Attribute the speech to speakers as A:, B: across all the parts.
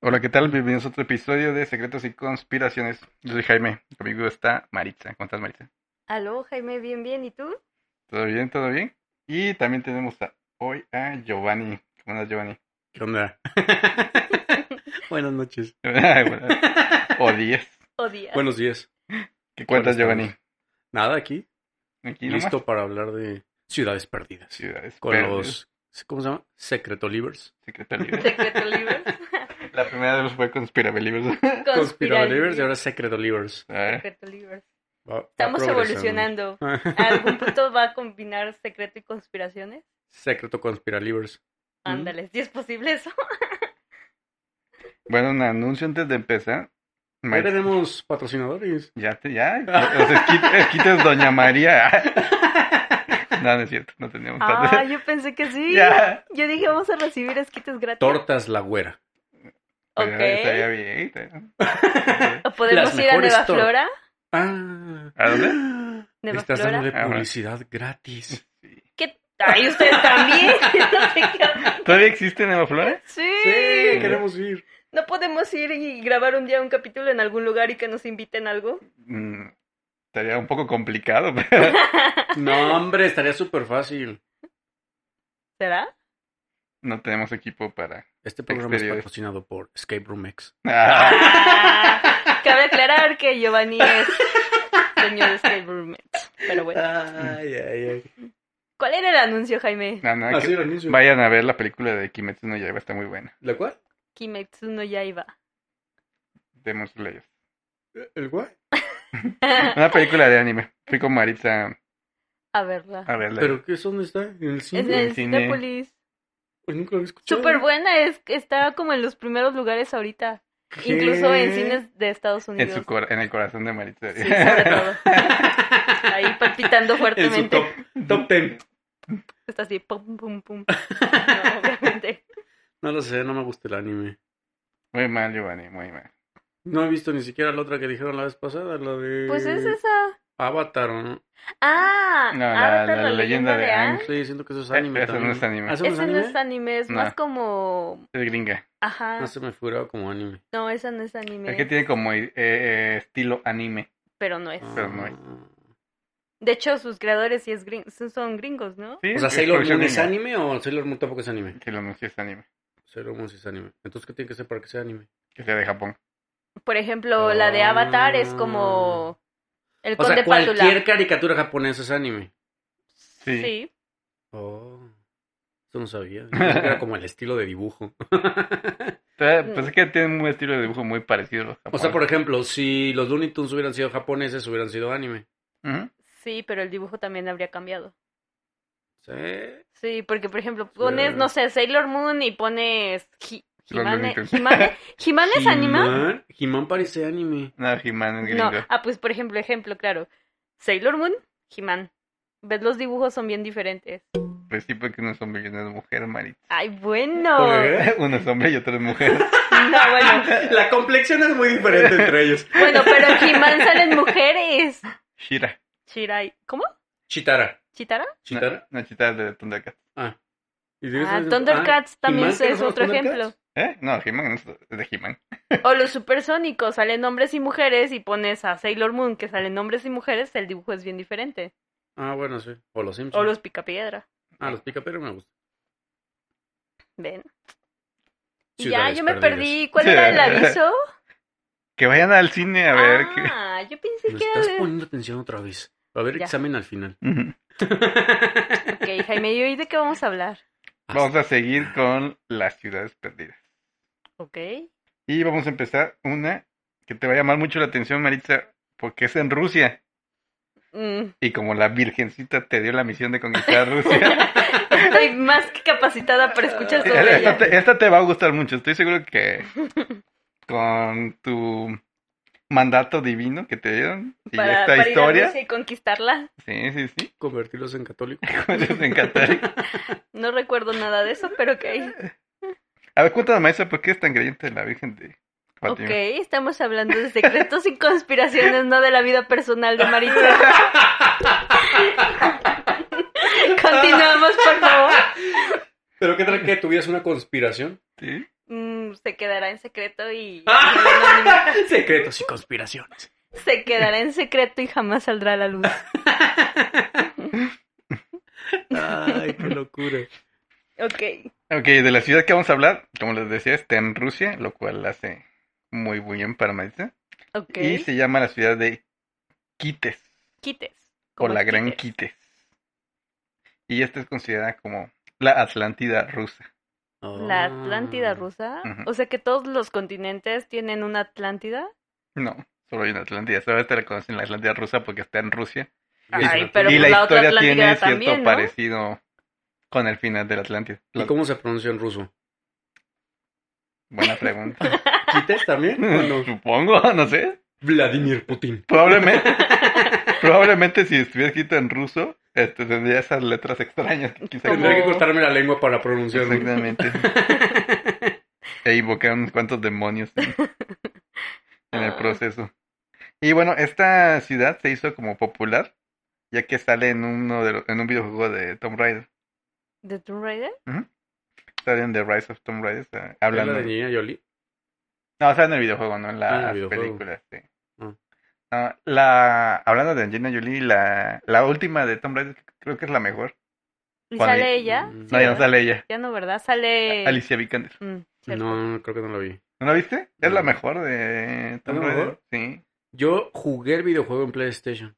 A: Hola, ¿qué tal? Bienvenidos a otro episodio de Secretos y Conspiraciones. Yo soy Jaime, conmigo está Maritza. ¿Cómo estás, Maritza?
B: Aló, Jaime, bien, bien. ¿Y tú?
A: ¿Todo bien? ¿Todo bien? Y también tenemos a- hoy a Giovanni. ¿Cómo andas, Giovanni?
C: ¿Qué onda? Buenas noches.
A: o 10.
B: O día.
C: Buenos días.
A: ¿Qué cuentas, Giovanni?
C: Nada aquí.
A: Aquí nomás.
C: Listo para hablar de ciudades perdidas.
A: Ciudades
C: Con
A: perdidas,
C: los. ¿Cómo se llama? Secreto Livers.
A: Secreto Libre.
B: Secreto Libre.
A: La primera de los fue Conspirabilibers.
C: Conspirado Livers y ahora Secreto Livers.
A: Ah,
B: Secreto Libre.
C: Va- va
B: Estamos
C: progresando.
B: evolucionando. ¿A algún punto va a combinar secreto y conspiraciones?
C: Secreto Conspira Livers. Ujú.
B: Ándale, si es posible eso.
A: bueno, un anuncio antes de empezar.
C: Ya
A: Maritza,
C: tenemos patrocinadores.
A: ya te, ya. Los esqui- esquites Doña María. no, no es cierto, no teníamos tanto.
B: Ah, yo pensé que sí.
A: Ya.
B: Yo dije, vamos a recibir esquites gratis.
C: Tortas La Güera.
B: Ok.
A: Pues Estaría bien. ¿eh? estaría-
B: ¿O ¿Podemos
C: Las
B: ir a
C: mejores
B: Nueva
C: tor-
B: Flora?
C: Ah.
A: ¿A dónde?
B: Nueva
C: Estás
B: Flora.
C: dándole
A: Ah, bueno.
C: publicidad gratis.
A: Sí.
B: ¿Qué? Ay, ustedes también. No te creas.
A: ¿Todavía existe Nueva Flora?
B: sí.
C: Sí, queremos ir.
B: ¿No podemos ir y grabar un día un capítulo en algún lugar y que nos inviten algo?
A: Mm, estaría un poco complicado, pero
C: No, hombre, estaría súper fácil.
B: ¿Será?
A: no tenemos equipo para.
C: Este programa es
A: Exteriores.
C: patrocinado por Escape Room X.
A: Ah,
B: Ah, cabe aclarar que Giovanni es dueño de Escape Room. Pero bueno.
C: Ay, ay, ay.
B: ¿Cuál era el anuncio, Jaime?
A: no, no,
C: Así
A: que-
C: el anuncio.
A: Vayan a ver la película de Kimetsu no Yaiba, está muy buena.
C: ¿La cual?
B: Kimetsu no Yaiba.
A: Demos leyes.
C: ¿El cual?
A: Una película de anime. Fui con Maritza
B: A verla.
A: a verla.
C: ¿Pero qué es dónde está? ¿En el
B: Es
C: cine?
B: de
A: Ah, el cine.
B: Cinépolis.
C: Pues nunca lo había escuchado.
B: Súper buena, es, está como en los primeros lugares ahorita.
C: ¿Qué?
B: Incluso en cines de Estados
A: en, su
B: Unidos.
A: cor- en el corazón de Maritza.
B: Sí, sobre todo. Ahí palpitando
C: En su
B: fuertemente.
C: top, top ten.
B: Está así, pum, pum, pum. No, obviamente.
C: No lo sé, no me gusta el anime.
A: muy mal, Giovanni, muy mal.
C: No he visto ni siquiera la otra que dijeron la vez pasada, la de...
B: Pues es esa.
C: Avatar, ¿o ¿no?
B: Ah,
A: No, la-
B: Avatar,
A: la leyenda de
B: Aang.
A: Aang.
C: Sí, siento que eso es
A: Eh,
C: anime
A: eso no
C: también.
A: es anime.
C: ¿Ah, eso no es
B: Ese no
C: anime?
B: es anime, es
A: No.
B: más como.
A: Es gringa.
B: Ajá.
C: No se me figuraba como anime.
B: No, esa no es anime.
A: Es que tiene como eh, eh, estilo anime.
B: Pero no
C: Ah.
B: es.
A: Pero no es.
B: De hecho, sus creadores sí es gring- son- son gringos, ¿no?
A: Sí,
C: O sea,
A: es
C: ¿Sailor
A: producción
C: Moon es
A: gringa.
C: anime o Sailor Moon tampoco es anime?
A: Sailor Moon sí es anime.
C: Sailor Moon sí es anime. Entonces, ¿qué tiene que ser para que sea anime?
A: Que sea de Japón.
B: Por ejemplo, la de Avatar es como. El
C: Ah. O sea,
B: Conde Pátula.
C: cualquier caricatura japonesa es anime.
A: Sí.
B: Sí.
C: Oh, eso no sabía. Yo pensé que Era como el estilo de dibujo.
A: Te-
B: Mm.
A: Pues es que tienen un estilo de dibujo muy parecido a los
C: O sea, por ejemplo, si los Looney Tunes hubieran sido japoneses, hubieran sido anime.
A: Ujú.
B: Sí, pero el dibujo también habría cambiado.
C: Sí.
B: Sí, porque por ejemplo, pones,
C: Sí.
B: no sé, Sailor Moon y pones. Hi-
A: Los
B: Himane.
A: Looney Tunes.
B: Himane- ¿Himane es anime?
C: He-Man- He-Man parece anime.
A: No, He-Man es
B: No.
A: gringo.
B: Ah, pues por ejemplo, ejemplo, claro. Sailor Moon, He-Man. Ves, los dibujos son bien diferentes.
A: Pues sí, porque uno es hombre y uno es mujer, Maritza.
B: Ay, bueno.
C: ¿Por qué?
A: Uno es hombre y otro es mujer.
B: No, bueno.
C: La complexión es muy diferente entre ellos.
B: Bueno, pero en He-Man salen mujeres.
A: Shira.
B: Chirai. ¿Cómo?
C: Chitara.
B: ¿Chitara?
C: ¿Chitara?
A: No, Chitara de Thundercats.
C: Ah. ¿Y de
B: Ah,
C: eso-
B: Thundercats
C: ah,
B: también
C: ¿He-Man que no
B: es
C: son los
B: otro
C: Thundercats?
B: ejemplo.
A: ¿Eh? No, He-Man no es es de He-Man.
B: O los supersónicos, salen hombres y mujeres y pones a Sailor Moon que salen hombres y mujeres, el dibujo es bien diferente.
C: Ah, bueno, sí. O los Simpsons.
B: O los picapiedra.
C: Ah, los Picapiedra me gustan.
B: Ven. Y ya,
C: Ciudades
B: yo me
C: perdidas.
B: perdí. ¿Cuál era el aviso?
A: Que vayan al cine a ver. qué-
B: ah, yo pensé
C: Me
B: que
C: estás
B: era...
C: poniendo atención otra vez. Va a haber
B: Ya.
C: examen al final.
A: Ujú.
B: Ok, Jaime, ¿y hoy de qué vamos a hablar?
A: Vamos a seguir con las ciudades perdidas.
B: Ok.
A: Y vamos a empezar una que te va a llamar mucho la atención, Maritza, porque es en Rusia.
B: Mm,
A: Y como la virgencita te dio la misión de conquistar Rusia,
B: Estoy más que capacitada para escuchar sobre
A: esta
B: ella.
A: te, esta te va a gustar mucho. Estoy seguro que con tu mandato divino que te dieron y
B: Para,
A: esta
B: para ir a
A: historia.
B: Rusia y conquistarla.
A: Sí, sí, sí.
C: Convertirlos en católicos.
A: Me encantaría.
B: No recuerdo nada de eso, pero ok.
A: A ver, cuéntame, maestra, ¿por qué es tan creyente de la Virgen de
B: Ok,
A: Fátima?
B: estamos hablando de secretos y conspiraciones, no de la vida personal de Maritza. Continuamos, por favor.
C: ¿Pero qué tal que tuvieras una conspiración?
A: ¿Sí?
B: Mm, se quedará en secreto y
C: Secretos y conspiraciones.
B: se quedará en secreto y jamás saldrá a la luz.
C: Ay, qué locura.
B: Ok.
A: Ok, de la ciudad que vamos a hablar, como les decía, está en Rusia, lo cual la hace muy bien para Maritza.
B: Ok.
A: Y se llama la ciudad de Kites,
B: Quites.
A: o
B: como
A: la Gran
B: quites.
A: Kites. Y esta es considerada como la Atlántida rusa.
B: La
C: Ah.
B: Atlántida rusa.
A: Ujú.
B: O sea que todos los continentes tienen una Atlántida.
A: No, solo hay una Atlántida. Solo te la conocen la Atlántida rusa porque está en Rusia.
C: Y-
B: Ay, pero
A: y
B: pues
A: la,
B: la otra
A: historia
B: Atlántida
A: tiene cierto
B: también, ¿no?
A: parecido con el final de la Atlántida.
C: ¿Y cómo se pronuncia en ruso?
A: Buena pregunta.
C: ¿Quites también?
A: Supongo, no sé.
C: Vladimir Putin.
A: Probablemente, probablemente si estuviera escrito en ruso, este, tendría esas letras extrañas que quizá
B: Como-
C: Tendría que cortarme la lengua para pronunciarlo.
A: Exactamente. e invocar unos cuantos demonios en, en el
B: Ah.
A: proceso. Y bueno, esta ciudad se hizo como popular, ya que sale en uno de los- en un videojuego de Tomb Raider.
B: ¿De Tomb Raider?
A: Sale en The Rise of Tomb Raider, eh,
C: ¿Habla
A: hablando.
C: de Niña Yoli?
A: No, sale en el videojuego, no en
C: Ah, en
A: las
C: el videojuego.
A: películas, sí.
C: Ah.
A: Ah, la, hablando de Angelina Jolie, la, la última de Tomb Raider creo que es la mejor.
B: ¿Y
A: Cuando-
B: sale ella?
C: No,
A: no, ya no
B: ¿verdad?
A: sale ella.
B: Ya no, ¿verdad? Sale...
A: Alicia Vikander.
B: Mm, cierto.
C: No, creo que no la vi.
A: ¿No la viste? Es la
C: No.
A: mejor de Tomb
C: ¿Es la
A: Raider.
C: mejor?
A: Sí.
C: Yo jugué el videojuego en PlayStation,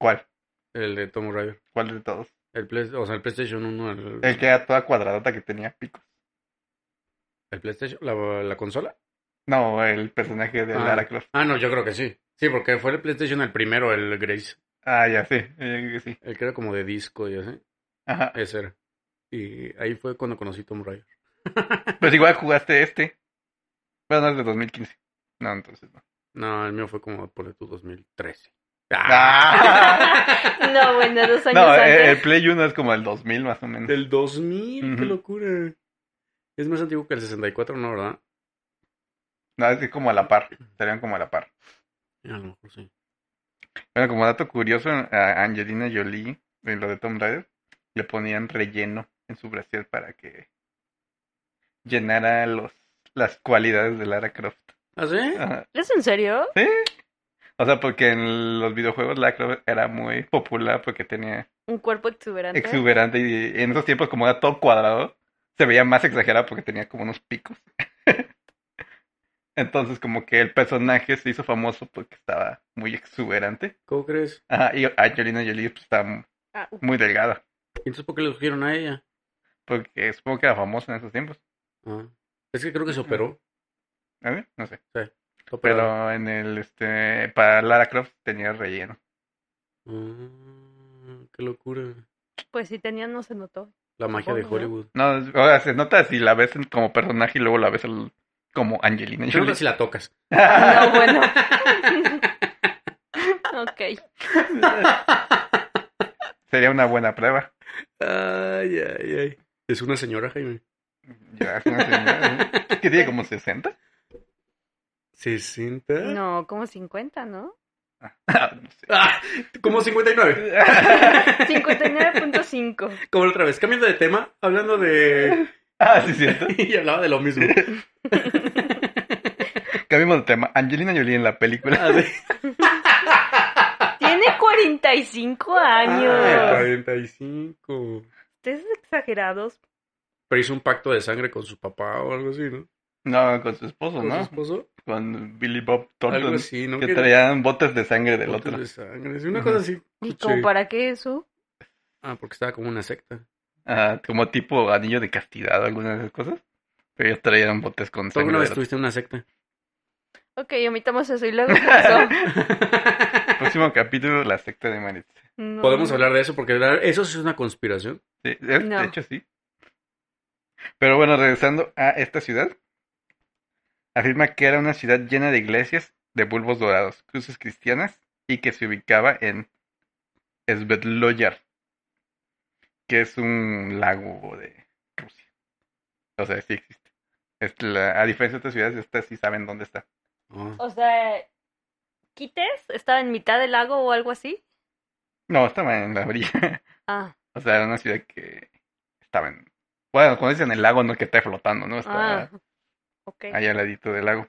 A: ¿Cuál?
C: el de Tomb Raider.
A: ¿Cuál de todos?
C: El Play- o sea, el PlayStation 1, el,
A: El que era toda cuadradota que tenía picos.
C: el PlayStation, la, la consola.
A: No, el personaje de
C: Ah.
A: Lara Croft.
C: Ah, no, yo creo que sí. Sí, porque fue el PlayStation el primero, el Grace.
A: Ah, ya sé. ya creo que sí.
C: El que era como de disco y así.
A: Ajá.
C: Ese era. Y ahí fue cuando conocí Tomb Raider.
A: Pues igual jugaste este. Pero no es de 2015. No, entonces no.
C: No, el mío fue como por el 2013.
A: Ah.
B: No, bueno, dos años
A: No,
B: antes.
A: eh, el Play 1 es como el 2000 más o menos.
C: Del 2000, qué
A: Ujú.
C: locura. Es más antiguo que el 64, ¿no, verdad?
A: No, es que como a la par. Estarían como a la par.
C: A lo mejor sí.
A: Bueno, como dato curioso, a Angelina Jolie, en lo de Tomb Raider, le ponían relleno en su brasier para que llenara los las cualidades de Lara Croft.
C: ¿Ah, sí?
A: Ajá.
B: ¿Es en serio?
A: O sea, porque en los videojuegos Lara Croft era muy popular porque tenía
B: ¿Un cuerpo exuberante?
A: exuberante y en esos tiempos como era todo cuadrado, se veía más exagerado porque tenía como unos picos. Entonces como que el personaje se hizo famoso porque estaba muy exuberante.
C: ¿Cómo crees?
A: Ajá, y Angelina Jolie pues, estaba
B: Ah, uh,
A: muy delgada.
C: Entonces, ¿por qué le cogieron a ella?
A: Porque supongo que era famoso en esos tiempos.
C: Ah. Es que creo que se operó.
A: A ver, ¿eh? no sé.
C: Se operó.
A: Pero en el, este, para Lara Croft tenía relleno.
C: Ah, qué locura.
B: pues si tenía no se notó.
C: La magia de
B: Supongo, ¿no?
C: Hollywood.
A: No, ahora se nota si la ves en- como personaje y luego la ves al- como Angelina
C: Yo creo
A: Jolie.
C: que si la tocas.
A: Ah.
B: No, bueno. ok.
A: Sería una buena prueba.
C: Ay, ay, ay. Es una señora, Jaime.
A: Ya, es una señora, ¿eh? Es que tiene como 60.
C: ¿60?
B: No, como 50,
A: No
B: ¿no?
A: sé.
C: Ah, como 59.
B: 59.5.
C: Como la otra vez. Cambiando de tema, hablando de.
A: Ah, sí, cierto.
C: y hablaba de lo mismo.
A: Cambiamos de tema. Angelina Jolie en la
C: Ah,
A: película.
B: Tiene 45 años.
C: Ah,
A: Ay,
C: 45.
B: Ustedes exagerados.
C: Pero hizo un pacto de sangre con su papá o algo así, ¿no?
A: No, con su esposo,
C: Con su
A: ¿no?
C: esposo.
A: Con Billy Bob
C: Algo
A: Thornton.
C: así, ¿no?
A: Que
C: Que-
A: traían botes de sangre del
C: botes
A: otro.
C: de sangre. Sí, una
A: Ajá.
C: cosa así.
B: ¿Y
C: Sí.
B: como para qué eso?
C: Ah, porque estaba como una secta.
A: Ah, como tipo anillo de castidad, alguna de esas cosas. Pero ellos traían botes con
C: ¿Tú
A: sangre.
C: alguna vez
A: del otro.
C: estuviste en una secta?
B: Ok, omitamos eso y luego ¿qué pasó?
A: Próximo capítulo, la secta de Maritza.
B: No.
C: Podemos hablar de eso porque la- eso sí es una conspiración.
A: Sí, es-
B: No.
A: De hecho, sí. Pero bueno, regresando a esta ciudad, afirma que era una ciudad llena de iglesias de bulbos dorados, cruces cristianas y que se ubicaba en Svetloyar, que es un lago de Rusia. O sea, sí existe. Es la- a diferencia de otras ciudades, esta sí saben dónde está.
C: Ah.
B: O sea, ¿Quites? ¿Estaba en mitad del lago o algo así?
A: No, estaba en la orilla.
B: Ah,
A: O sea, era una ciudad que estaba en Bueno, cuando dicen el lago no que está flotando, ¿no? Está
B: Ah, ok.
A: allá al ladito del lago.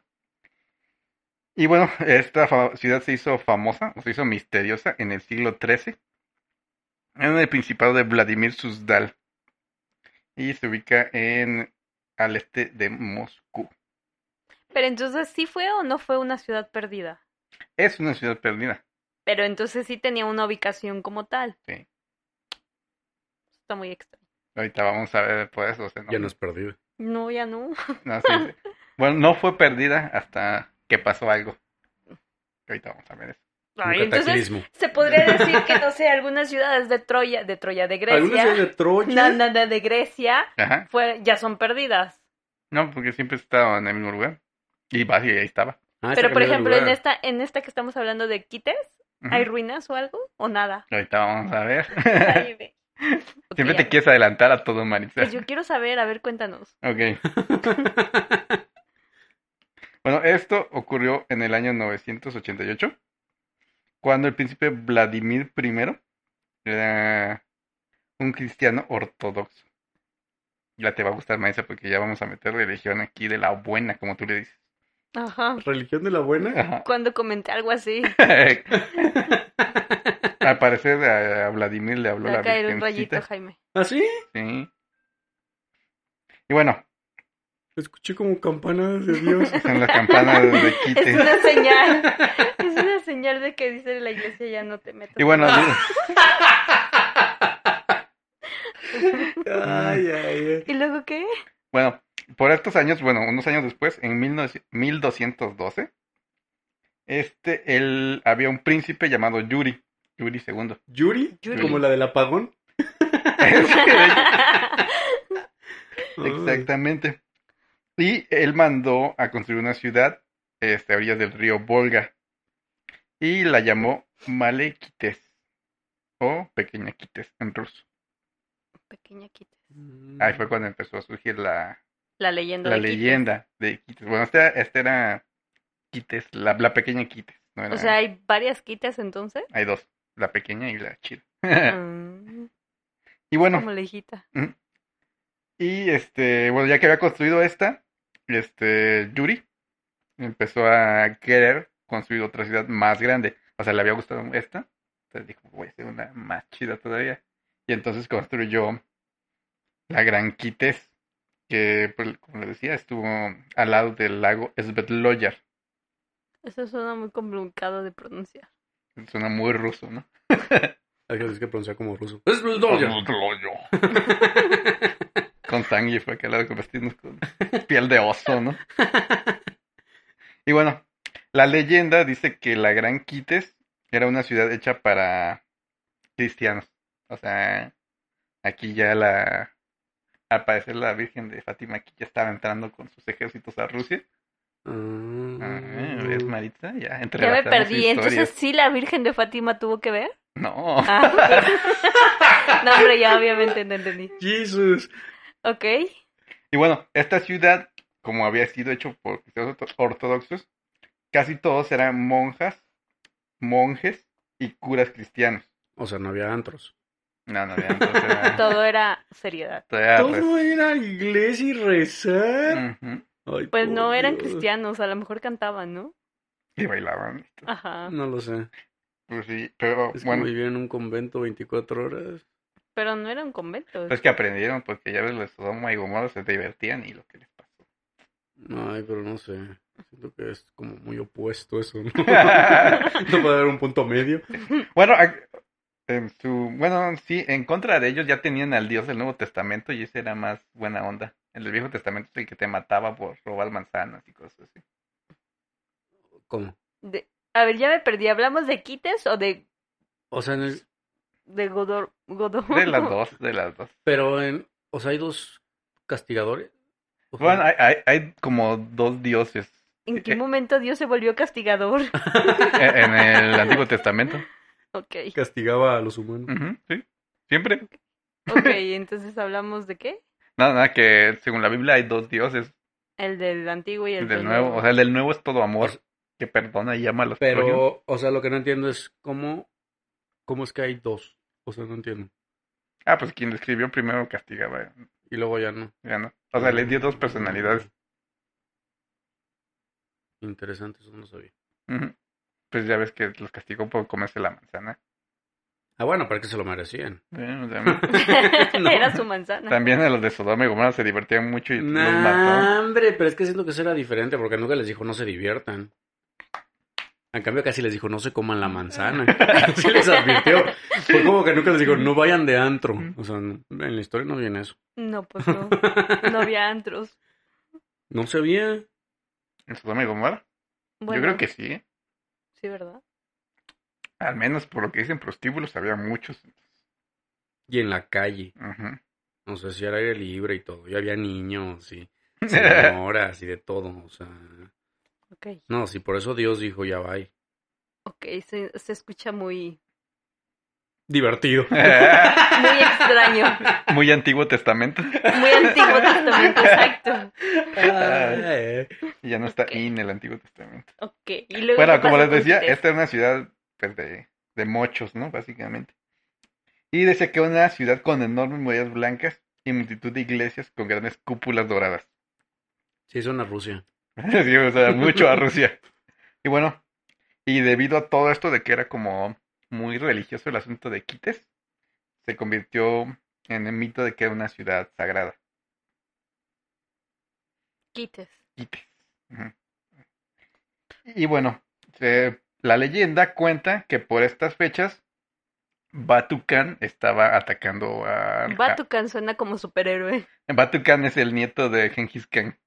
A: Y bueno, esta fa- ciudad se hizo famosa, o se hizo misteriosa en el siglo XIII, en el Principado de Vladimir Suzdal. Y se ubica en al este de Moscú.
B: Pero entonces sí fue o no fue una ciudad perdida.
A: Es una ciudad perdida.
B: Pero entonces sí tenía una ubicación como tal.
A: Sí.
B: Está muy extraño.
A: Ahorita vamos a ver por eso. o sea, no-
C: Ya nos perdió.
B: No, ya no.
A: no, sí, sí. Bueno, no fue perdida hasta que pasó algo. Ahorita vamos a ver eso.
B: Ay,
C: un
B: entonces
C: cataclismo.
B: se podría decir que, no sé, algunas ciudades de Troya, de Troya, de
C: ¿Alguna ciudad
B: Grecia,
C: de Troya?
B: na- na- na- de Grecia,
A: Ajá.
B: fue, ya son perdidas.
A: No, porque siempre estaba en el mismo lugar. Y vas y ahí estaba.
C: Ah, se
B: Pero por
C: cambió de
B: ejemplo, en
C: lugar.
B: esta, en esta que estamos hablando de Quites,
A: Ujú.
B: ¿hay ruinas o algo? ¿O nada?
A: Ahorita vamos a ver.
B: Ahí ve.
A: siempre
B: Ok,
A: te quieres adelantar a todo, Maritza.
B: Pues yo quiero saber, a ver, cuéntanos.
A: Ok. Bueno, esto ocurrió en el año 988, cuando el príncipe Vladimir I era un cristiano ortodoxo. Ya te va a gustar, Maritza, porque ya vamos a meter religión aquí de la buena, como tú le dices.
B: Ajá.
C: ¿Religión de la buena?
A: Ajá.
B: Cuando comenté algo así,
A: Al parecer a a Vladimir le habló
B: va
A: la
B: a caer un
A: virgencita.
B: rayito, Jaime.
C: ¿Ah, sí?
A: Sí. Y bueno,
C: Escuché como campanadas de Dios.
A: son las campanas de
B: Es
A: Quite.
B: una señal. Es una señal de que dice la iglesia ya no te metas.
A: Y bueno,
C: ay, ay, ay.
B: ¿Y luego qué?
A: bueno, por estos años, bueno, unos años después, en 19- 1212, este, él, había un príncipe llamado Yuri, Yuri II.
C: ¿Yuri?
B: Yuri.
C: ¿Como la del apagón? Ay.
A: Exactamente. Y él mandó a construir una ciudad este, a orillas del río Volga y la llamó Malequites o Pequeña Quites en ruso.
B: Pequeña Quites.
A: Ahí fue cuando empezó a surgir la,
B: La leyenda.
A: la
B: de Quites.
A: leyenda de Quites. Bueno, esta, esta era Quites, la, la pequeña Quites. no era-
B: O sea, hay varias quites entonces.
A: hay dos, la pequeña y la chida.
B: Mm,
A: Y Eh, bueno,
B: Como lejita.
A: Y este, bueno, ya que había construido esta, este, Yuri empezó a querer construir otra ciudad más grande. O sea, le había gustado esta. Entonces dijo, voy a hacer una más chida todavía. Y entonces construyó la Gran Quites, que, pues, como les decía, estuvo al lado del lago Svetloyar.
B: Eso suena muy complicado de pronunciar.
A: Suena muy ruso, ¿no?
C: Ay, es que pronunciar como ruso. Es
A: Svetloyar. Con sangre fue que al lado con vestirnos con piel de oso, ¿no? Y bueno, la leyenda dice que la Gran Quites era una ciudad hecha para cristianos. O sea, aquí ya la... Al parecer la Virgen de Fátima aquí ya estaba entrando con sus ejércitos a Rusia. Ah,
C: Mm.
A: ¿Ves, Maritza? Ya,
B: Ya me
A: entrelazamos
B: perdí.
A: historias.
B: Entonces, ¿sí la Virgen de Fátima tuvo que ver?
A: No.
B: Ah. no, hombre, ya obviamente no entendí.
C: Jesus.
B: Ok.
A: Y bueno, esta ciudad, como había sido hecho por cristianos orto- ortodoxos, casi todos eran monjas, monjes y curas cristianos.
C: O sea, no había antros.
A: No, no, ya, entonces era-
B: Todo era seriedad.
A: era re-
C: Todo era iglesia y rezar.
A: pues, Ujú.
C: Ay,
B: Pues
C: por
B: no eran
C: Dios.
B: cristianos, a lo mejor cantaban, ¿no?
A: Y bailaban.
B: Ajá.
C: No lo sé.
A: Pues sí, pero
C: Es
A: bueno,
C: como vivir en un convento 24 horas.
B: Pero no eran conventos.
A: es que aprendieron porque ya ves, los Sodoma y Gomorra se divertían y lo que les pasó.
C: Ay, pero no sé. Siento que es como muy opuesto eso, ¿no? no puede haber un punto medio.
A: Bueno, ac- en su, bueno, sí, en contra de ellos ya tenían al Dios del Nuevo Testamento y ese era más buena onda. El del Viejo Testamento es el que te mataba por robar manzanas y cosas así.
C: ¿Cómo?
B: De- A ver, ya me perdí. ¿Hablamos de quites o de,
C: O sea, en el-
B: de Godor... Godor?
A: De las dos, de las dos.
C: pero en... O sea, hay dos castigadores. O sea,
A: Bueno, hay, hay, hay como dos dioses
B: ¿En qué
A: Eh.
B: momento Dios se volvió castigador?
A: en en el Antiguo Testamento.
B: ok,
C: castigaba a los humanos.
A: Ujú, sí, siempre.
B: ok, entonces hablamos de qué?
A: Nada, nada, que según la Biblia hay dos dioses.
B: El del antiguo y el
A: El del nuevo, o sea, el del nuevo es todo amor
C: O sea-
A: que perdona y ama a los prójimos.
C: Pero, o sea, lo que no entiendo es cómo, cómo es que hay dos. O sea, no entiendo.
A: Ah, pues quien lo escribió primero castigaba.
C: Y luego ya no.
A: Ya no. O sea, le dio dos personalidades.
C: Interesante, eso no sabía.
A: Ujú. Pues ya ves que los castigó por comerse la manzana.
C: Ah, bueno, pero que se lo merecían.
A: Eh, o sea,
C: No.
B: Era su manzana.
A: También a los de Sodoma y Gomorra se divertían mucho y los mató.
C: Nah, hombre, pero es que siento que eso era diferente porque nunca les dijo no se diviertan. En cambio, casi les dijo no se coman la manzana. Sí les advirtió. Fue como que nunca les dijo no vayan de antro. O sea, no- en la historia no viene eso.
B: No, pues no. No había antros.
C: No sabía.
A: ¿En Sodoma y Gomorra?
B: Bueno,
A: Yo creo que sí. ¿eh?
B: sí, ¿verdad?
A: Al menos por lo que dicen prostíbulos había muchos.
C: Y en la calle.
A: Ujú.
C: No sé si era aire libre y todo. Y había niños y señoras y de todo. O sea,
B: Ok.
C: no, si por eso Dios dijo ya va.
B: Ok, se, se escucha muy,
C: Divertido.
B: muy extraño.
A: Muy antiguo testamento.
B: Muy antiguo testamento, exacto.
C: Ay.
A: Y ya no está
B: Ok.
A: in el antiguo testamento.
B: Ok. Y luego,
A: Bueno,
B: ¿qué
A: como
B: pasó
A: les
B: con
A: decía,
B: usted?
A: esta era una ciudad pues, de, de mochos, ¿no? Básicamente. Y decía que era una ciudad con enormes murallas blancas y multitud de iglesias con grandes cúpulas doradas.
C: Sí, suena a Rusia.
A: Sí, o sea, mucho a Rusia. Y bueno, y debido a todo esto de que era como muy religioso el asunto de Quites, se convirtió en el mito de que era una ciudad sagrada.
B: Quites.
A: Quites. Ujú. Y bueno, se- la leyenda cuenta que por estas fechas Batucán estaba atacando a...
B: Batucan suena como superhéroe.
A: a- Batucán es el nieto de Genghis Khan.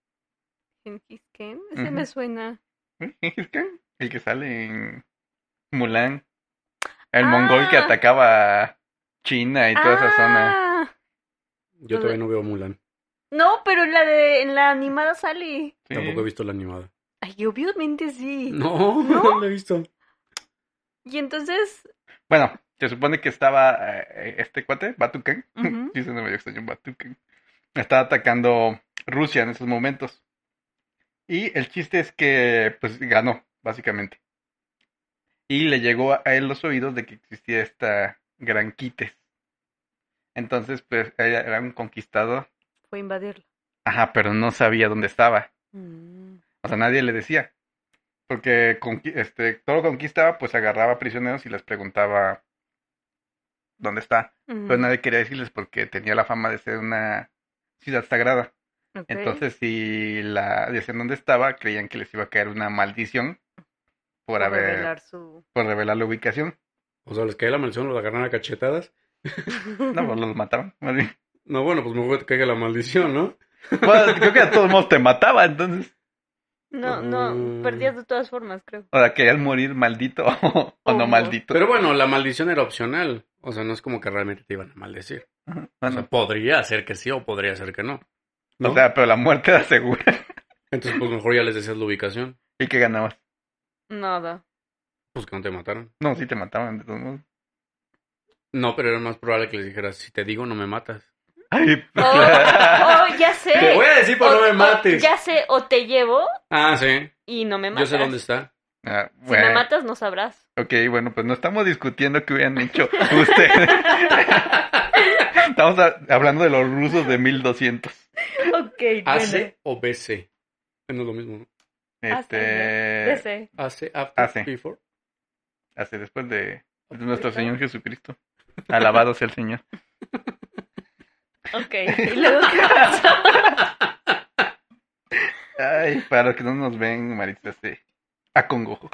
B: Genghis Khan, ese
A: Ujú.
B: me suena.
A: ¿Eh? ¿Genghis Khan? El que sale en Mulan. El
B: Ah.
A: mongol que atacaba a China y toda esa zona.
B: Ah,
C: Yo todavía no veo Mulan.
B: No, pero en la, de, en la animada sale.
A: Sí.
C: Tampoco he visto la animada.
B: Ay, obviamente sí.
C: No,
B: ¿No?
C: no, la he visto.
B: Y entonces,
A: Bueno, se supone que estaba eh, este cuate, Batukan.
B: Ujú.
A: Sí, se me medio extraño, Batukan. Estaba atacando Rusia en esos momentos. Y el chiste es que, pues, ganó, básicamente. Y le llegó a a él los oídos de que existía esta gran Quites. Entonces, pues, era era un conquistador.
B: fue a invadirlo.
A: Ajá, pero no sabía dónde estaba.
B: Mm.
A: O sea, nadie le decía. Porque conqui- este, todo lo que conquistaba, pues agarraba prisioneros y les preguntaba dónde está.
B: Ujú.
A: Pero nadie quería decirles porque tenía la fama de ser una ciudad sagrada.
B: Mm, Ok.
A: Entonces, si la decían dónde estaba, creían que les iba a caer una maldición por,
B: Por
A: haber,
B: revelar su.
A: por revelar la ubicación.
C: O sea, les cae la maldición, los agarran a cachetadas.
A: No, pues los mataban. más bien.
C: No, bueno, pues mejor que te caiga la maldición, ¿no?
A: Bueno, creo que a todos modos te mataba, entonces.
B: No,
A: uh.
B: no, perdías de todas formas, creo.
A: O sea, querías morir maldito o, no
B: no.
A: maldito.
C: Pero bueno, la maldición era opcional. O sea, no es como que realmente te iban a maldecir.
A: Ajá,
C: O
A: bueno,
C: sea, podría ser que sí o podría ser que no. ¿No?
A: o sea, pero la muerte era segura.
C: Entonces, pues mejor ya les decías la ubicación.
A: ¿Y que ganabas?
B: Nada.
C: Pues que no te mataron.
A: No, sí te mataban de todos modos.
C: No, pero era más probable que les dijeras, si te digo, no me matas.
A: Ay,
B: Oh,
A: pues, claro.
B: oh, ya sé.
C: Te voy a decir, pero
B: O-
C: no me
B: o-
C: mates.
B: ya sé, o te llevo
C: Ah, sí.
B: y no me
C: Yo
B: matas.
C: sé dónde está.
A: Ah,
B: Si
A: bueno,
B: me matas, no sabrás.
A: ok, bueno, pues no estamos discutiendo qué hubieran hecho ustedes. estamos a- hablando de los rusos de 1200.
B: Ok,
A: Ah,
C: AC o BC. No es lo mismo, ¿no?
B: Ah, sí, ya.
A: Este, hace,
C: AC, after,
A: AC.
C: before.
A: después de, de nuestro Señor Jesucristo. Alabado sea el Señor.
B: Ok, y luego qué pasó?
A: Ay, para los que no nos ven, Marita se acongojo.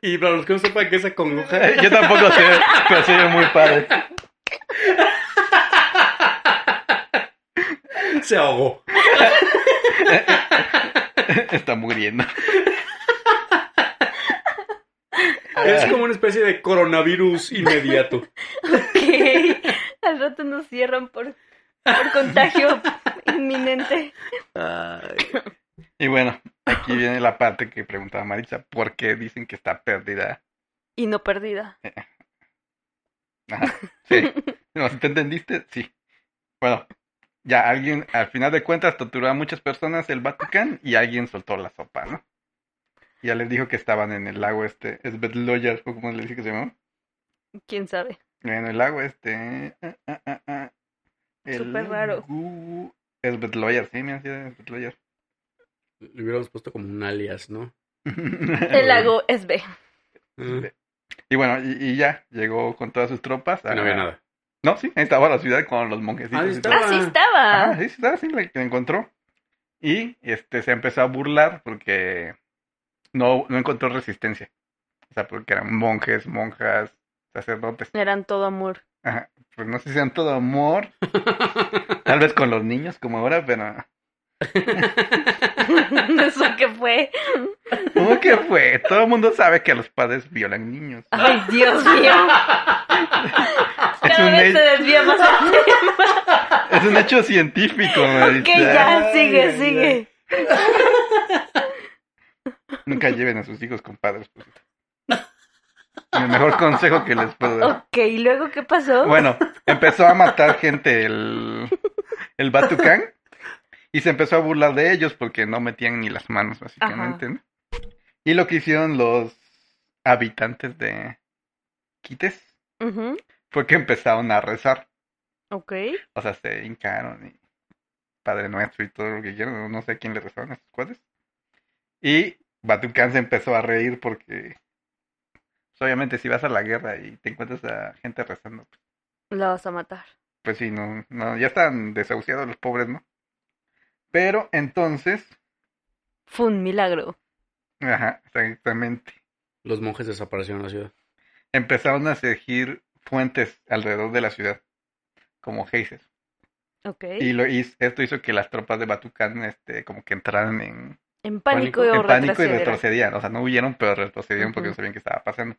C: Y para los que no sepan qué es acongoja,
A: Yo tampoco sé, pero soy muy padre.
C: se ahogó.
A: Está muriendo.
C: Es como una especie de coronavirus inmediato.
B: Ok, al rato nos cierran por, por contagio inminente.
A: Y bueno, aquí viene la parte que preguntaba Maritza, ¿por qué dicen que está perdida?
B: Y no perdida.
A: Ajá, sí. No, si te entendiste, sí. Bueno, ya alguien, al final de cuentas, torturó a muchas personas el Vaticano y alguien soltó la sopa, ¿no? Ya les dijo que estaban en el lago este, Svetloyar, o como le dije que se llamaba.
B: ¿Quién sabe?
A: eh, En el lago este. ah, ah, ah, ah. El
B: Súper raro.
A: Gu- Es Betlawyer, sí, mira, sí, es Betlawyer.
C: Le hubiéramos puesto como un alias, ¿no? Mm.
B: El lago es B.
C: Ah,
A: y bueno, y, y ya, llegó con todas sus tropas. a-
C: No había nada.
A: No, sí, ahí estaba la ciudad con los monjecitos.
C: Ahí
A: y
C: estaba.
A: todo.
B: Ah, sí estaba.
A: Ajá, sí, sí, estaba, sí, la que encontró. Y este se empezó a burlar porque no, no encontró resistencia. O sea, porque eran monjes, monjas, sacerdotes.
B: Eran todo amor.
A: Ajá, Pues no sé si sean todo amor. Tal vez con los niños como ahora, pero...
B: ¿Eso qué fue?
A: ¿Cómo que fue? Todo el mundo sabe que los padres violan niños.
B: Ay, Dios mío.
A: Ah. Es un,
B: Cada vez se
A: he-
B: desvía más.
A: Ah.
B: el tema.
A: es un hecho científico.
B: Ok,
A: Marita.
B: ya,
C: Ay,
B: sigue,
C: ay,
B: sigue.
A: Nunca lleven a sus hijos con padres. pues. El mejor consejo que les puedo dar.
B: Ok, ¿y luego qué pasó?
A: Bueno, empezó a matar gente el, el Batucán y se empezó a burlar de ellos porque no metían ni las manos, básicamente. ¿no? Y lo que hicieron los habitantes de Quites
B: Ujú,
A: fue que empezaron a rezar.
B: Ok.
A: O sea, se hincaron y Padre Nuestro y todo lo que quieran. No sé a quién le rezaron a estos cuates. Y Batucán se empezó a reír porque, pues, obviamente, si vas a la guerra y te encuentras a gente rezando, pues,
B: La vas a matar.
A: pues sí, no, no, ya están desahuciados los pobres, ¿no? Pero entonces,
B: Fue un milagro.
A: ajá, exactamente,
C: Los monjes desaparecieron en la ciudad.
A: empezaron a surgir fuentes alrededor de la ciudad, como geysers.
B: Ok.
A: Y, lo, hiz- esto hizo que las tropas de Batucán, este, como que entraran en,
B: En pánico,
C: pánico-
B: y
A: en
B: o
A: pánico y
B: retrocedieron.
A: retrocedían. O sea, no huyeron, pero retrocedieron porque no
B: Ujú.
A: sabían qué estaba pasando.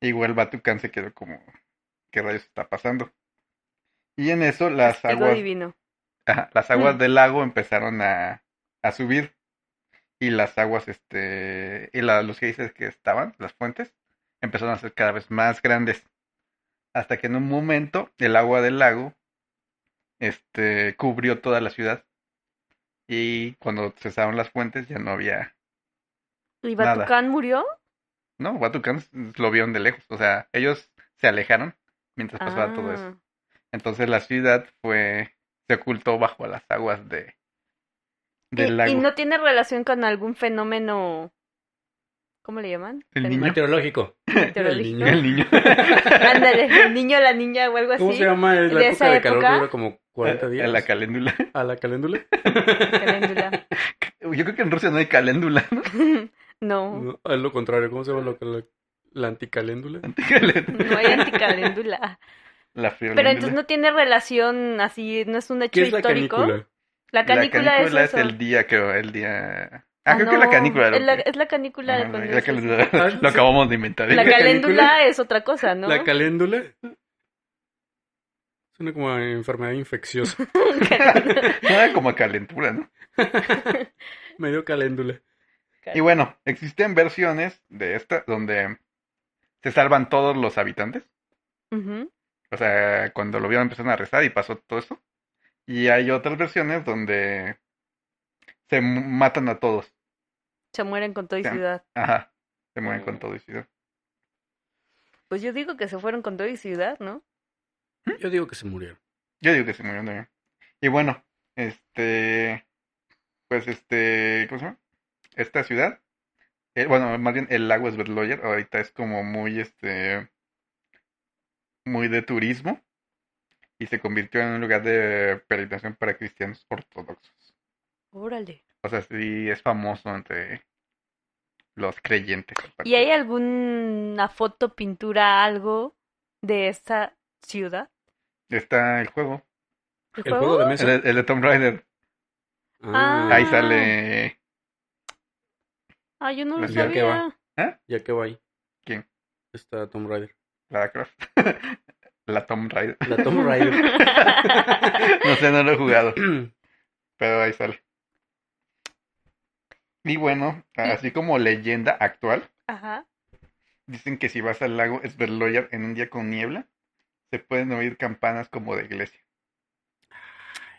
A: Igual Batucán se quedó como, ¿qué rayos está pasando? Y en eso las
B: Castigo
A: aguas,
B: divino.
A: ajá, las aguas
B: Mm.
A: del lago empezaron a, a subir. Y las aguas, este, y la- los geysers que estaban, las fuentes, empezaron a ser cada vez más grandes. Hasta que en un momento el agua del lago, este, cubrió toda la ciudad. Y cuando cesaron las fuentes ya no había
B: ¿Y
A: Nada.
B: Batucán murió?
A: No, Batucán lo vieron de lejos. O sea, ellos se alejaron mientras pasaba todo eso.
B: Ah,
A: Entonces la ciudad fue. se ocultó bajo las aguas de.
B: y,
A: del
B: y
A: lago.
B: no tiene relación con algún fenómeno. ¿Cómo le llaman?
A: El
B: Fenómeno
A: niño.
C: Meteorológico.
B: meteorológico.
C: niño.
A: El niño.
B: Ándale, el niño, la niña o algo así.
C: ¿Cómo se llama? Es la
B: ¿De
C: época
B: esa
C: de calor
B: época?
C: que dura como 40 días.
A: La caléndula.
C: ¿A la caléndula?
B: Caléndula.
A: Yo creo que en Rusia no hay caléndula, ¿no?
B: No,
C: No, es lo contrario. ¿Cómo se llama lo que- la, la anticaléndula?
A: Caléndula.
B: no hay anticaléndula.
A: La
B: Pero
A: frioléndula.
B: entonces no tiene relación así, no es un hecho
C: ¿Qué es la
B: histórico.
C: canícula?
B: La canícula,
A: La canícula
B: es,
A: es,
B: eso.
A: el día, creo. El día. Ah,
B: Ah,
A: creo que es la
B: no,
A: canícula. era
B: Es la,
A: lo que-
B: es la canícula.
A: Ajá,
B: de cuando
A: la
B: es-
A: caléndula.
C: Ah,
A: Lo
C: sí.
A: acabamos de inventar.
B: La
C: caléndula.
B: caléndula es otra cosa, ¿no?
C: La caléndula. Suena como a enfermedad infecciosa.
A: Nada como calentura, ¿no?
C: Medio caléndula.
A: Y bueno, existen versiones de esta donde se salvan todos los habitantes.
B: Ujú.
A: O sea, cuando lo vieron empezaron a rezar y pasó todo eso. Y hay otras versiones donde se m- matan a todos.
B: Se mueren con toda y
A: Sí.
B: ciudad.
A: Ajá. Se mueren
B: Oh.
A: con todo y ciudad.
B: Pues yo digo que se fueron con todo y ciudad, ¿no?
C: Yo digo que se murieron.
A: Yo digo que se murieron también. Y bueno, este. Pues este. ¿Cómo se llama? Esta ciudad. eh, bueno, más bien el lago Svetloyer. Ahorita es como muy este. Muy de turismo. Y se convirtió en un lugar de peregrinación para cristianos ortodoxos.
B: Órale.
A: O sea, sí es famoso entre los creyentes.
B: ¿Y hay alguna foto, pintura, algo de esta ciudad?
A: Está el juego.
B: ¿El,
C: El juego de
A: El,
C: mesa.
A: el de Tomb Raider.
B: Ah.
A: Ahí sale.
B: Ah, yo no
A: La
B: lo
A: ciudad
C: que
B: sabía.
C: Ya que va ahí.
A: ¿Quién?
C: Está Tomb Raider.
A: Lara Croft. La Tomb Raider.
C: La Tomb Raider.
A: No sé, no lo he jugado, pero ahí sale. Y bueno, así como leyenda actual,
B: Ajá.
A: dicen que si vas al lago Sverloyer en un día con niebla, se pueden oír campanas como de iglesia.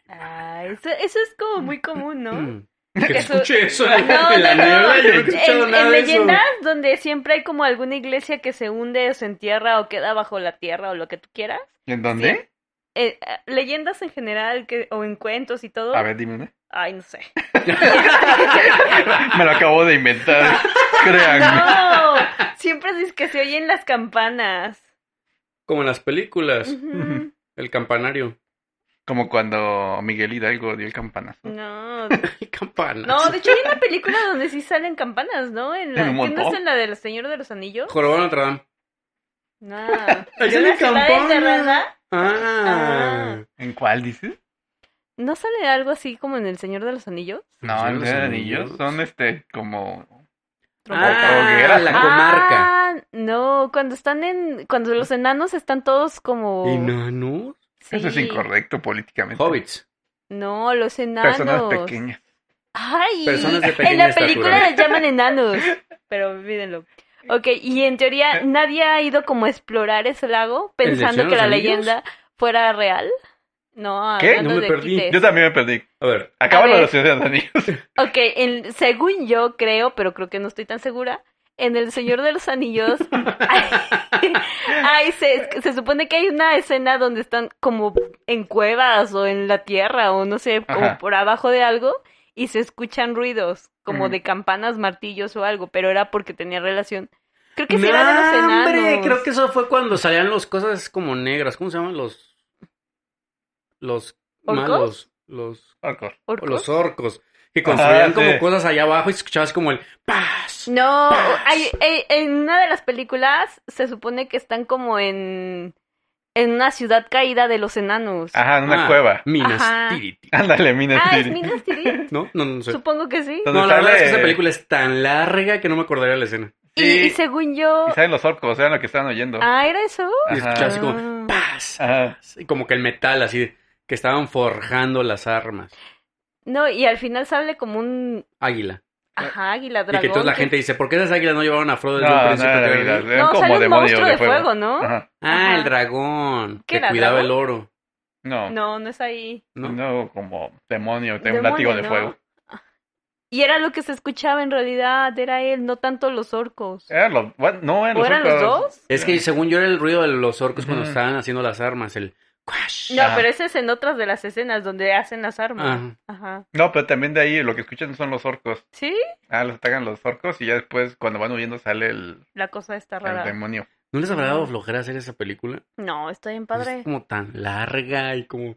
B: Ah, eso, eso es como muy común, ¿no?
C: Que se
B: Eso-
C: escuche eso
B: No, no,
C: en Mm. la
B: no.
C: niebla. Yo no he escuchado
B: En,
C: nada
B: en
C: de
B: leyendas
C: eso.
B: donde siempre hay como alguna iglesia que se hunde o se entierra o queda bajo la tierra o lo que tú quieras.
A: ¿En dónde?
B: eh, eh, leyendas en general que, o en cuentos y todo.
A: A ver, dime una.
B: Ay, no sé.
A: Me lo acabo de inventar. Créanme.
B: No, siempre dices que se oyen las campanas.
C: Como en las películas,
B: Ujú.
C: el campanario.
A: Como cuando Miguel Hidalgo dio el campanazo.
B: No,
C: El campanazo.
B: no, de hecho hay una película donde sí salen campanas, ¿no? En la,
A: En un
B: ¿qué no es
A: montón.
B: en la del Señor de los Anillos?
C: Jorobado de Notre Dame.
B: No.
C: Ahí
B: ¿Yo
C: salen
B: la ciudad
C: campanas.
B: enterrada?
C: Ah.
A: ¿En cuál dices?
B: ¿No sale algo así como en el Señor de los Anillos?
A: No,
C: Señor
A: en
C: de los
A: los anillos
C: Anillos.
A: son este como
C: Ah,
A: Hoguera.
C: la comarca.
B: Ah, no, cuando están en, cuando los enanos están todos como.
C: ¿Enanos?
B: Sí.
A: eso es incorrecto políticamente.
C: Hobbits.
B: No, los enanos.
A: Personas pequeñas.
B: Ay.
C: Personas de
B: en
C: pequeña
B: la
C: estatura.
B: película les llaman enanos, pero olvídenlo. Ok, y en teoría nadie ha ido como a explorar ese lago
C: ¿El del
B: pensando
C: Señor
B: que
C: de
B: la
C: los Anillos?
B: leyenda fuera real. No,
A: ¿Qué?
B: hablando
C: No me
B: de
C: perdí.
B: quites.
A: Yo también me perdí.
C: A ver,
A: Acábalo
B: A
A: de
B: ver.
A: los Señores de los anillos.
B: Ok, en- según yo creo, pero creo que no estoy tan segura, en El Señor de los Anillos hay, hay- se, se supone que hay una escena donde están como en cuevas o en la tierra o no sé, como
A: Ajá.
B: por abajo de algo y se escuchan ruidos como
C: Mm.
A: Ujú.
B: de campanas, martillos o algo, pero era porque tenía relación. Creo que sí era de los enanos.
C: hombre, creo que eso fue cuando salían las cosas como negras. ¿Cómo se llaman los. Los
B: ¿Orcos?
C: malos. Los.
A: Orcos.
B: ¿Orcos?
C: Los orcos. Que construían
A: Ah,
C: como
A: sí.
C: cosas allá abajo y escuchabas como el. ¡Paz!
B: No, hay, hay- en una de las películas se supone que están como en, en una ciudad caída de los enanos.
A: Ajá, en una
C: Ah,
A: cueva.
C: Minas
B: Ajá.
C: Tirith.
A: Ándale, Minas
B: Ah, es
A: Tirith.
B: Minas Tirith.
C: No, no, no sé.
B: Supongo que sí.
A: Entonces,
C: No, la verdad es que
A: sale-
C: esa película es tan larga que no me acordaría de la escena.
B: Y,
A: Sí.
B: y según yo.
A: Y saben los orcos, eran lo que estaban oyendo.
B: Ah, era eso.
C: Y escuchaba así como,
B: Ah.
C: ¡paz!
A: Ajá.
C: Y como que el metal, así, que estaban forjando las armas.
B: No, y al final sale como un
C: Águila.
B: ajá, águila
C: Ah. Y
B: dragón.
C: que entonces la
B: que-
C: gente dice, ¿por qué esas águilas no llevaban a Frodo desde
A: Ah, No,
C: un
A: no,
C: principio?
A: era
C: Que era
A: verdad,
C: de-
A: eran
B: No, sale
A: como
B: un
A: demonios
B: monstruo
A: de
B: de
A: fuego.
B: fuego, ¿no?
A: Ajá.
C: Ah,
B: Ajá.
C: el dragón.
B: ¿Qué
C: Que
B: era,
C: cuidaba
B: dragón?
C: el oro.
A: No, no,
B: No, no es ahí.
C: ¿no?
A: como demonio, tenía un
B: Demonio,
A: látigo de
B: ¿no?
A: fuego.
B: Y era lo que se escuchaba en realidad, era él, no tanto los orcos.
A: Eran los, what? no, eran
B: ¿O
A: los
B: eran
A: orcos.
B: los dos?
C: Es que según yo era el ruido de los orcos cuando
A: Ujú.
C: estaban haciendo las armas, el cuash.
B: No,
A: Ajá.
B: pero ese es en otras de las escenas donde hacen las
C: Ah,
B: armas. Ajá.
A: No, pero también de ahí lo que escuchan son los orcos.
B: ¿Sí?
A: Ah, los atacan los orcos y ya después cuando van huyendo sale el,
B: La cosa está
A: el
B: rara.
A: demonio.
C: ¿No les habrá
B: No.
C: dado flojera hacer esa película?
B: No, está bien
C: Pues
B: padre.
C: Es como tan larga y como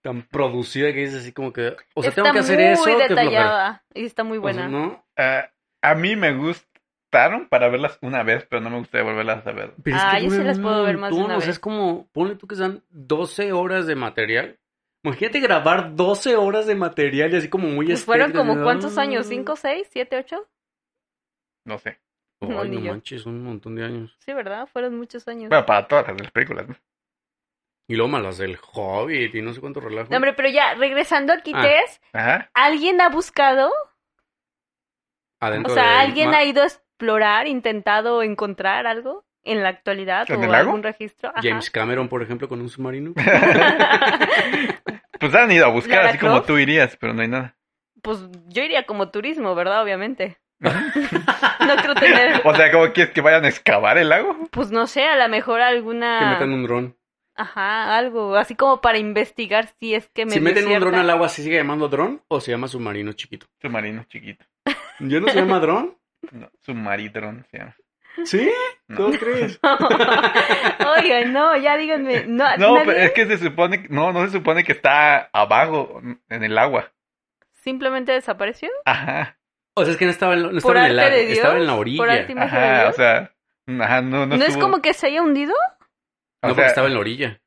C: tan producida que es así como que... O sea,
B: está
C: tengo que hacer
B: muy
C: eso, qué flojera.
B: detallada y está muy
C: O sea,
B: buena.
C: ¿no?
A: Ah, a mí me gustaron para verlas una vez, pero no me gustaría volverlas a ver.
C: Pero es
B: Ah, yo
C: que
B: sí
C: duran
B: las
C: un
B: puedo ver más de
C: montón,
B: una
C: o sea,
B: vez.
C: es como, ponle tú que sean 12 horas de material. Imagínate grabar 12 horas de material y este, así como muy
B: Pues fueron
C: estéticas,
B: como
C: ¿no?
B: cuántos años, cinco, seis, siete, ocho,
A: No sé.
C: Ay,
B: No,
C: no,
B: ni yo.
C: manches, un montón de años.
B: sí, ¿verdad? Fueron muchos años.
A: Bueno, para todas las películas, ¿no?
C: Y luego malas del Hobbit y no sé cuánto relajo.
B: No, hombre, pero ya, regresando a
C: Ah.
B: Quites,
A: Ajá.
B: ¿alguien ha buscado? O
C: Adentro
B: sea,
C: del
B: ¿alguien
C: ma-
B: ha ido a explorar, intentado encontrar algo en la actualidad
A: ¿En
B: o
A: el lago?
B: algún registro? Ajá.
C: James Cameron, por ejemplo, con un submarino.
A: Pues han ido a buscar,
B: Lara
A: así como
B: Croft.
A: tú irías, pero no hay nada.
B: Pues yo iría como turismo, ¿verdad? Obviamente. no creo tener,
A: O sea, ¿cómo quieres que vayan a excavar el lago?
B: pues no sé, a lo mejor
C: Que
B: alguna...
C: metan un dron.
B: Ajá, algo, así como para investigar si es que me
C: Si meten un dron al agua, ¿se sigue llamando dron o se llama submarino chiquito?
A: Submarino chiquito.
C: ¿Yo no se llama dron?
A: No, submaridrón se llama.
C: ¿Sí?
A: No.
C: ¿Cómo crees?
B: Oigan, no, ya díganme. No,
A: No,
B: Ah, nadie-
A: pero
C: eh.
A: es que se supone, que- no, no se supone que está abajo en el agua.
B: simplemente desapareció.
A: Ajá,
C: O sea, es que no estaba en, no
B: Por
C: estaba en el
B: arte
C: lago,
B: de Dios,
C: estaba en la
B: por
C: orilla.
B: arte y- ¿Imagen de
A: ajá, o
B: Dios?
A: sea, ajá, no,
B: No,
A: no,
B: es
A: estuvo-
B: como que se haya hundido.
A: o
C: No,
A: sea,
C: porque estaba en la orilla.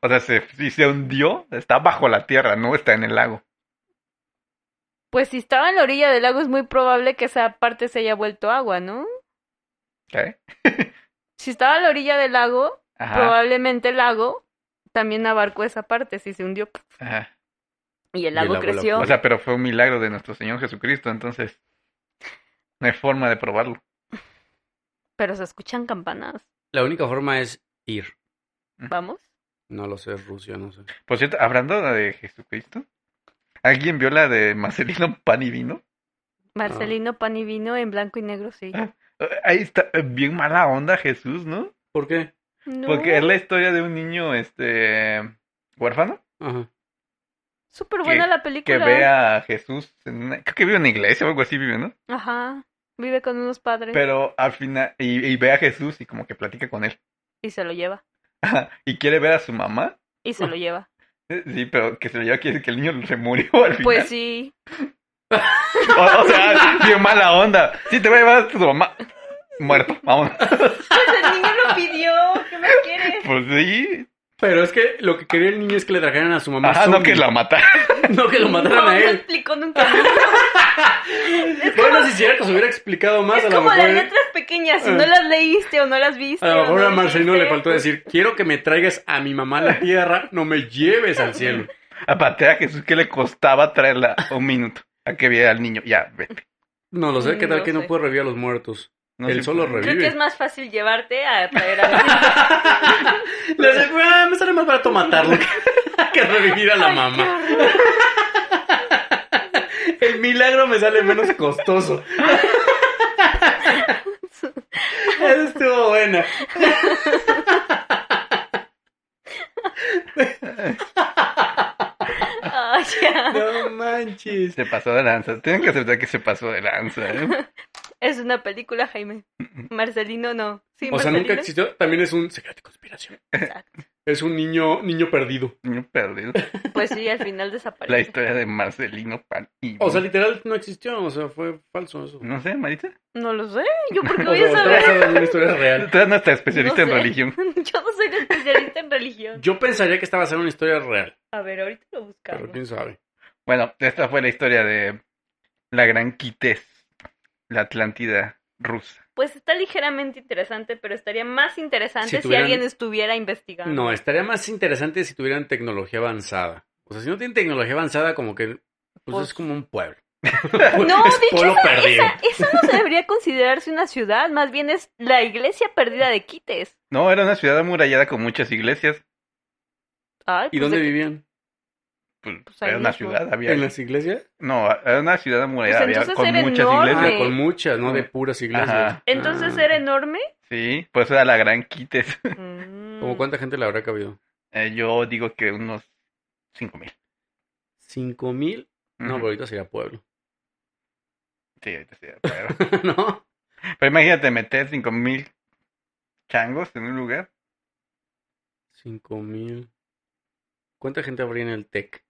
A: O sea, se, si se hundió, está bajo la tierra, no está en el lago.
B: Pues si estaba en la orilla del lago es muy probable que esa parte se haya vuelto agua, ¿no?
A: ¿ok?
B: Si estaba en la orilla del lago,
A: Ajá,
B: probablemente el lago también abarcó esa parte, si se hundió
A: ajá.
B: y el
C: Y
B: lago
C: el lago la-
B: creció.
A: O sea, pero fue un milagro de nuestro Señor Jesucristo, entonces no hay forma de probarlo.
B: Pero se escuchan campanas.
C: La única forma es ir.
B: Vamos.
C: No lo sé, Rusia, no sé.
A: Por cierto, hablando de Jesucristo, ¿alguien vio la de Marcelino Pan y Vino?
B: Marcelino Pan y Vino en blanco y negro, sí.
A: Ah. Eh, Ahí está, eh, bien mala onda Jesús, ¿no?
C: ¿Por qué?
B: No.
A: pues Porque es la historia de un niño, este, huérfano
C: Ajá.
B: Súper buena
A: Que-
B: la
A: que
B: película. ¿eh?
A: ve a Jesús. En una- creo que vive en una iglesia o algo así, vive, ¿no?
B: Ajá. Vive con unos padres
A: Pero al final. Y, y ve a Jesús y como que platica con él.
B: y se lo lleva.
A: y quiere ver a su mamá.
B: Y se lo lleva.
A: Eh, Sí, pero que se lo lleva quiere decir que el niño se murió al final.
B: Pues sí.
A: O, o sea, bien mala onda. Sí, te voy a llevar a tu mamá. Muerto, vamos.
B: Pues el niño lo pidió. ¿Qué me quieres?
A: Pues sí.
C: Pero es que lo que quería el niño es que le trajeran a su mamá.
A: Ajá, no
C: zombie.
A: que la mataron.
C: No que lo mataran
B: No, no
C: a él.
B: explicó nunca.
C: Bueno, si es cierto, se hubiera explicado más.
B: Es
C: a lo
B: como
C: mejor, Ah.
B: las letras pequeñas. Si no las leíste o no las viste.
C: a, lo
B: o
C: mejor
B: no pues,
C: a Marcelino le
B: viste,
C: faltó decir: Quiero que me traigas a mi mamá a la tierra, no me lleves al cielo.
A: Aparte a Jesús que le costaba traerla un minuto a que viera al niño. Ya, vete.
C: No lo sé, ¿qué tal
B: No
C: que no
B: sé.
C: puede revivir a los muertos?
A: No
C: Él
A: sé.
C: solo
B: Creo
C: revive.
B: que es más fácil llevarte a traer a
C: Le hace, "Ah, me sale más barato matarlo que- que revivir a la mamá. El milagro me sale menos costoso. Eso estuvo buena.
B: Ay, ya.
C: No manches.
A: Se pasó de lanza. Tienen que aceptar que se pasó de lanza. ¿eh?
B: Es una película, Jaime. Marcelino no. Sí,
C: O sea,
B: Marcelino.
C: nunca existió. También es un secreto de conspiración.
B: Exacto.
C: Es un niño, niño perdido.
A: Niño perdido.
B: Pues sí, al final
A: La
B: desaparece.
A: historia de Marcelino Pan. y-
C: O sea, literal no existió. O sea, fue falso eso.
A: no sé, Marita.
B: No lo sé. ¿Yo por qué
C: O
B: voy
C: sea,
B: a
C: está
B: saber?
C: basado en una historia real.
A: Tú eres nuestra especialista
B: No
A: en
B: sé.
A: religión.
B: Yo no soy especialista en religión.
C: Yo pensaría que estaba basado en una historia real,
B: A ver, ahorita lo
C: pero
B: buscamos.
C: quién sabe.
A: Bueno, esta fue la historia de la Gran Quites, la Atlántida rusa.
B: Pues está ligeramente interesante, pero estaría más interesante
C: Si
B: si,
C: tuvieran-
B: alguien estuviera investigando.
C: No, estaría más interesante si tuvieran tecnología avanzada. O sea, si no tienen tecnología avanzada, como que pues,
B: Pues-
C: es como un pueblo.
B: No,
C: es
B: de hecho,
C: polo
B: esa,
C: perdido.
B: esa- esa no se debería considerarse una ciudad, más bien es la iglesia perdida de Quites.
A: No, era una ciudad amurallada con muchas iglesias.
B: Ay,
C: ¿Y
B: pues,
C: dónde
B: de-
C: vivían?
A: Pues,
B: Pues ahí
A: era una
B: mismo.
A: ciudad, había.
C: ¿En las iglesias?
A: No, era una ciudad amurallada,
B: Pues
A: había
B: entonces
A: con
B: era
A: muchas
B: enorme.
A: iglesias.
C: Ah, con muchas, ¿no? De puras iglesias.
A: Ajá.
B: Entonces
C: Ah.
B: era enorme.
A: Sí, pues era la Gran Quites.
B: Mm.
C: ¿Como cuánta gente le habrá cabido?
A: Eh, yo digo que unos 5000.
C: ¿Cinco mil? No, pues.
A: Ujú.
C: pero ahorita sería pueblo.
A: Sí, ahorita sí, pero...
C: ¿No?
A: pero imagínate meter 5000 changos en un lugar.
C: Cinco mil. ¿Cuánta gente habría en el TEC?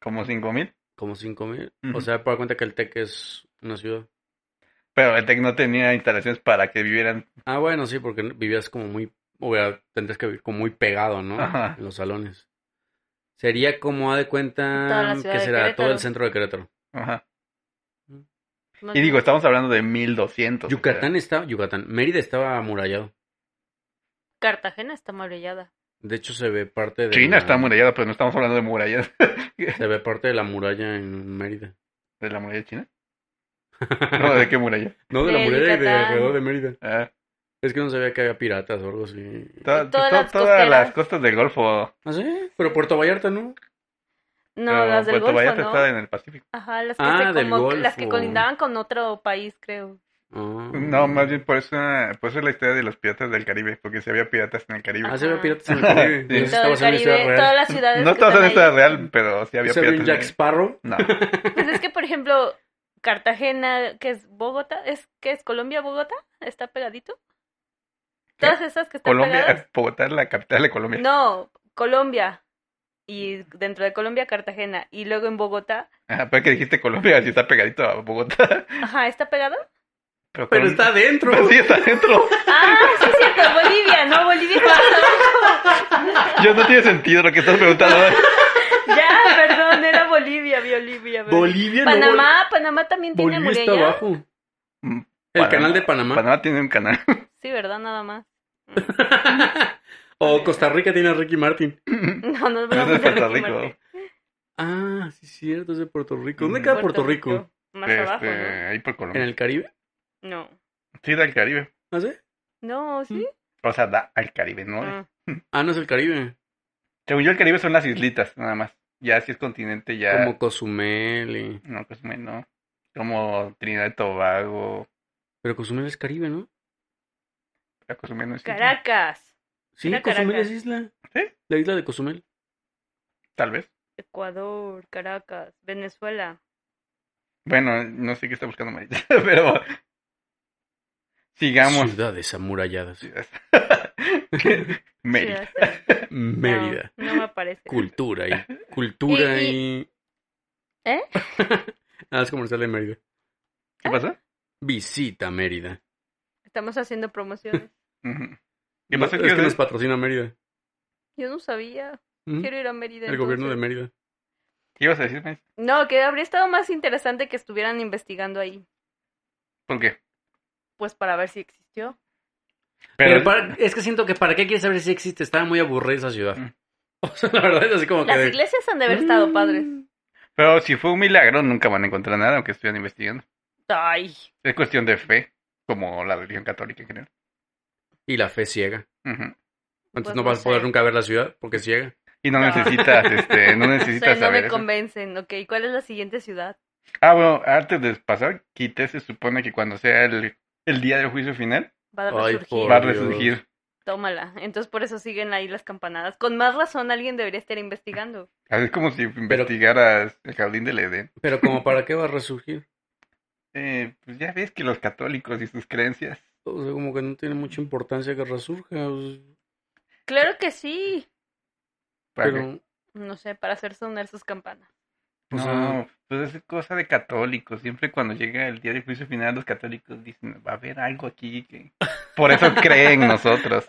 A: Como 5000.
C: ¿Como cinco mil?
A: Ujú.
C: O sea, por cuenta que el TEC es una ciudad.
A: Pero el TEC no tenía instalaciones para que vivieran.
C: Ah, bueno, sí, porque vivías como muy, o sea, tendrías que vivir como muy pegado, ¿no?
A: Ajá.
C: En los salones. Sería como, a de
B: Toda la
C: cuenta,
B: ciudad
C: que
B: de
C: será todo
B: Querétaro.
C: el centro de Querétaro.
A: Ajá.
B: No
A: Y digo, estamos hablando de 1200. o sea,
C: Yucatán estaba, Yucatán, Mérida estaba amurallado.
B: Cartagena está maravillada.
C: De hecho, se ve parte de
A: China
C: la-
A: está amurallada, pero no estamos hablando de murallas.
C: Se ve parte de la muralla en Mérida.
A: ¿De la muralla china? No, ¿de qué muralla?
C: No, de la
B: De
C: muralla de
B: Yucatán.
C: alrededor de Mérida.
A: Ah,
C: Es que no se veía que había piratas o algo así.
A: to- to-
B: Y todas
A: to- todas las
B: las costeras.
A: costas del Golfo.
C: ¿Ah, sí? Pero Puerto Vallarta, ¿no?
B: No,
A: pero
B: las del
A: Puerto
B: Golfo,
A: Vallarta
B: ¿no?
A: está en el Pacífico.
B: Ajá, las que,
C: Ah,
B: se
C: del
B: como- las que
C: Golfo.
B: colindaban con otro país, creo.
C: Ah.
A: No, más bien por eso, por eso es la historia de los piratas del Caribe, porque si había piratas en el Caribe.
C: Ah, se ve piratas en el Caribe.
A: Sí.
C: Entonces,
B: Todo el
C: estaba en una ciudad
B: Caribe,
C: real.
B: todas las ciudades.
A: no
B: que
A: estaba en la
B: están
A: historia
B: ahí.
A: real, pero sí había
C: ¿Se ve un
A: piratas.
C: Jack
A: en
C: Sparrow?
A: el- No,
B: Pues es que, por ejemplo, Cartagena, que es Bogotá, es que es Colombia, Bogotá, está pegadito.
A: ¿Qué?
B: Todas esas que están pegadas.
A: Colombia, Bogotá es la capital de Colombia.
B: No, Colombia. Y dentro de Colombia, Cartagena. Y luego en Bogotá.
A: Ajá, pero que dijiste Colombia, si está pegadito a Bogotá.
B: Ajá, ¿está pegado?
A: Pero,
C: Pero
A: Colom-
C: está adentro.
A: Pero Pues sí, está adentro.
B: Ah, sí, es cierto, Bolivia, ¿no? Bolivia está
A: Yo no tiene sentido lo que estás preguntando.
B: Ya, perdón, era Bolivia, Bolivia. Bolivia.
C: Bolivia, no.
B: Panamá, Panamá también
C: Bol-
B: tiene
C: Bolivia está
B: muralla.
C: abajo. El
A: Mm,
C: canal de Panamá.
A: Panamá tiene un canal.
B: Sí, ¿verdad? Nada más.
C: o Costa Rica tiene a Ricky Martin.
B: No, no,
A: Eso
B: no.
A: es Puerto Rico.
C: Ah, sí, es cierto, es de Puerto Rico. ¿Dónde
A: Ujú.
C: queda Puerto, Rico?
B: Más
A: Este,
B: abajo, ¿no?
A: Ahí por
C: ¿En
A: Colombia.
C: el Caribe?
B: No.
A: Sí, da al Caribe.
C: ¿Ah, sí?
B: No, sí.
A: O sea, da al Caribe, ¿no?
B: Ah.
C: Ah, no es el Caribe.
A: Según yo, el Caribe son las islitas, nada más. Ya si es continente, ya.
C: Como Cozumel. y-
A: No, Cozumel, no. Como Trinidad y Tobago.
C: Pero Cozumel es Caribe, ¿no?
A: Pero Cozumel no es isla.
B: Caracas.
C: Sí,
B: Era
C: Cozumel
B: Caracas.
C: es isla.
A: ¿Sí?
C: La isla de Cozumel.
A: Tal vez.
B: Ecuador, Caracas, Venezuela.
A: Bueno, no sé qué está buscando Marita, pero sigamos.
C: Ciudades amuralladas.
A: Mérida.
B: Ciudad Azteca. No,
C: Mérida.
B: No, me aparece.
C: Cultura y... Cultura
B: Y-
C: y...
B: ¿Eh?
C: Nada, es comercial de Mérida.
A: ¿Qué pasó?
C: Visita Mérida.
B: Estamos haciendo promociones.
A: Ujú. ¿Qué
C: ¿Qué
A: pasó?
C: Es
A: ¿Quieres
C: que nos
A: decir?
C: patrocina Mérida.
B: Yo no sabía.
C: Ujú.
B: Quiero ir a Mérida.
C: El gobierno de
B: entonces.
C: Mérida.
A: ¿Qué ibas a decir, Marita?
B: No, que habría estado más interesante que estuvieran investigando ahí.
A: ¿Por
C: Eh,
A: qué?
B: Pues para ver si existió.
A: Pero,
C: Pero, para- es que siento que para qué quieres saber si existe. Estaba muy aburrida esa ciudad.
A: Mm.
C: O sea, la verdad es así como que...
B: Las
C: de-
B: iglesias han de haber
C: Mm.
B: estado padres.
A: pero si fue un milagro, nunca van a encontrar nada, aunque estuvieran investigando.
B: Ay.
A: Es cuestión de fe, como la religión católica en general.
C: Y la fe ciega.
A: Ujú.
C: Entonces
B: Pues
C: no
B: no
C: vas a poder
B: sé.
C: nunca ver la ciudad porque es ciega.
A: Y no
B: Ah.
A: necesitas, este, no
B: O
A: necesitas
B: sea, no
A: saber
B: me
A: eso.
B: convencen. Ok, ¿cuál es la siguiente ciudad?
A: Ah, bueno, antes de pasar, Quité se supone que cuando sea el, el día del juicio final,
B: Va a
C: Ay,
B: resurgir.
C: por-
A: va a
C: Dios.
A: resurgir.
B: Tómala. Entonces por eso siguen ahí las campanadas. Con más razón alguien debería estar investigando.
A: Así Ah, es como si investigaras el jardín del Edén.
C: Pero como para qué va a resurgir.
A: Eh, pues ya ves que los católicos y sus creencias.
C: O sea, como que no tiene mucha importancia que resurja. o sea,
B: Claro que sí.
A: ¿para qué?
C: pero...
B: No sé, para hacer sonar sus campanas.
C: o
A: no,
C: sea-
A: pues es cosa de católicos. Siempre cuando llega el día del juicio final, los católicos dicen, va a haber algo aquí que... Por eso creen nosotros.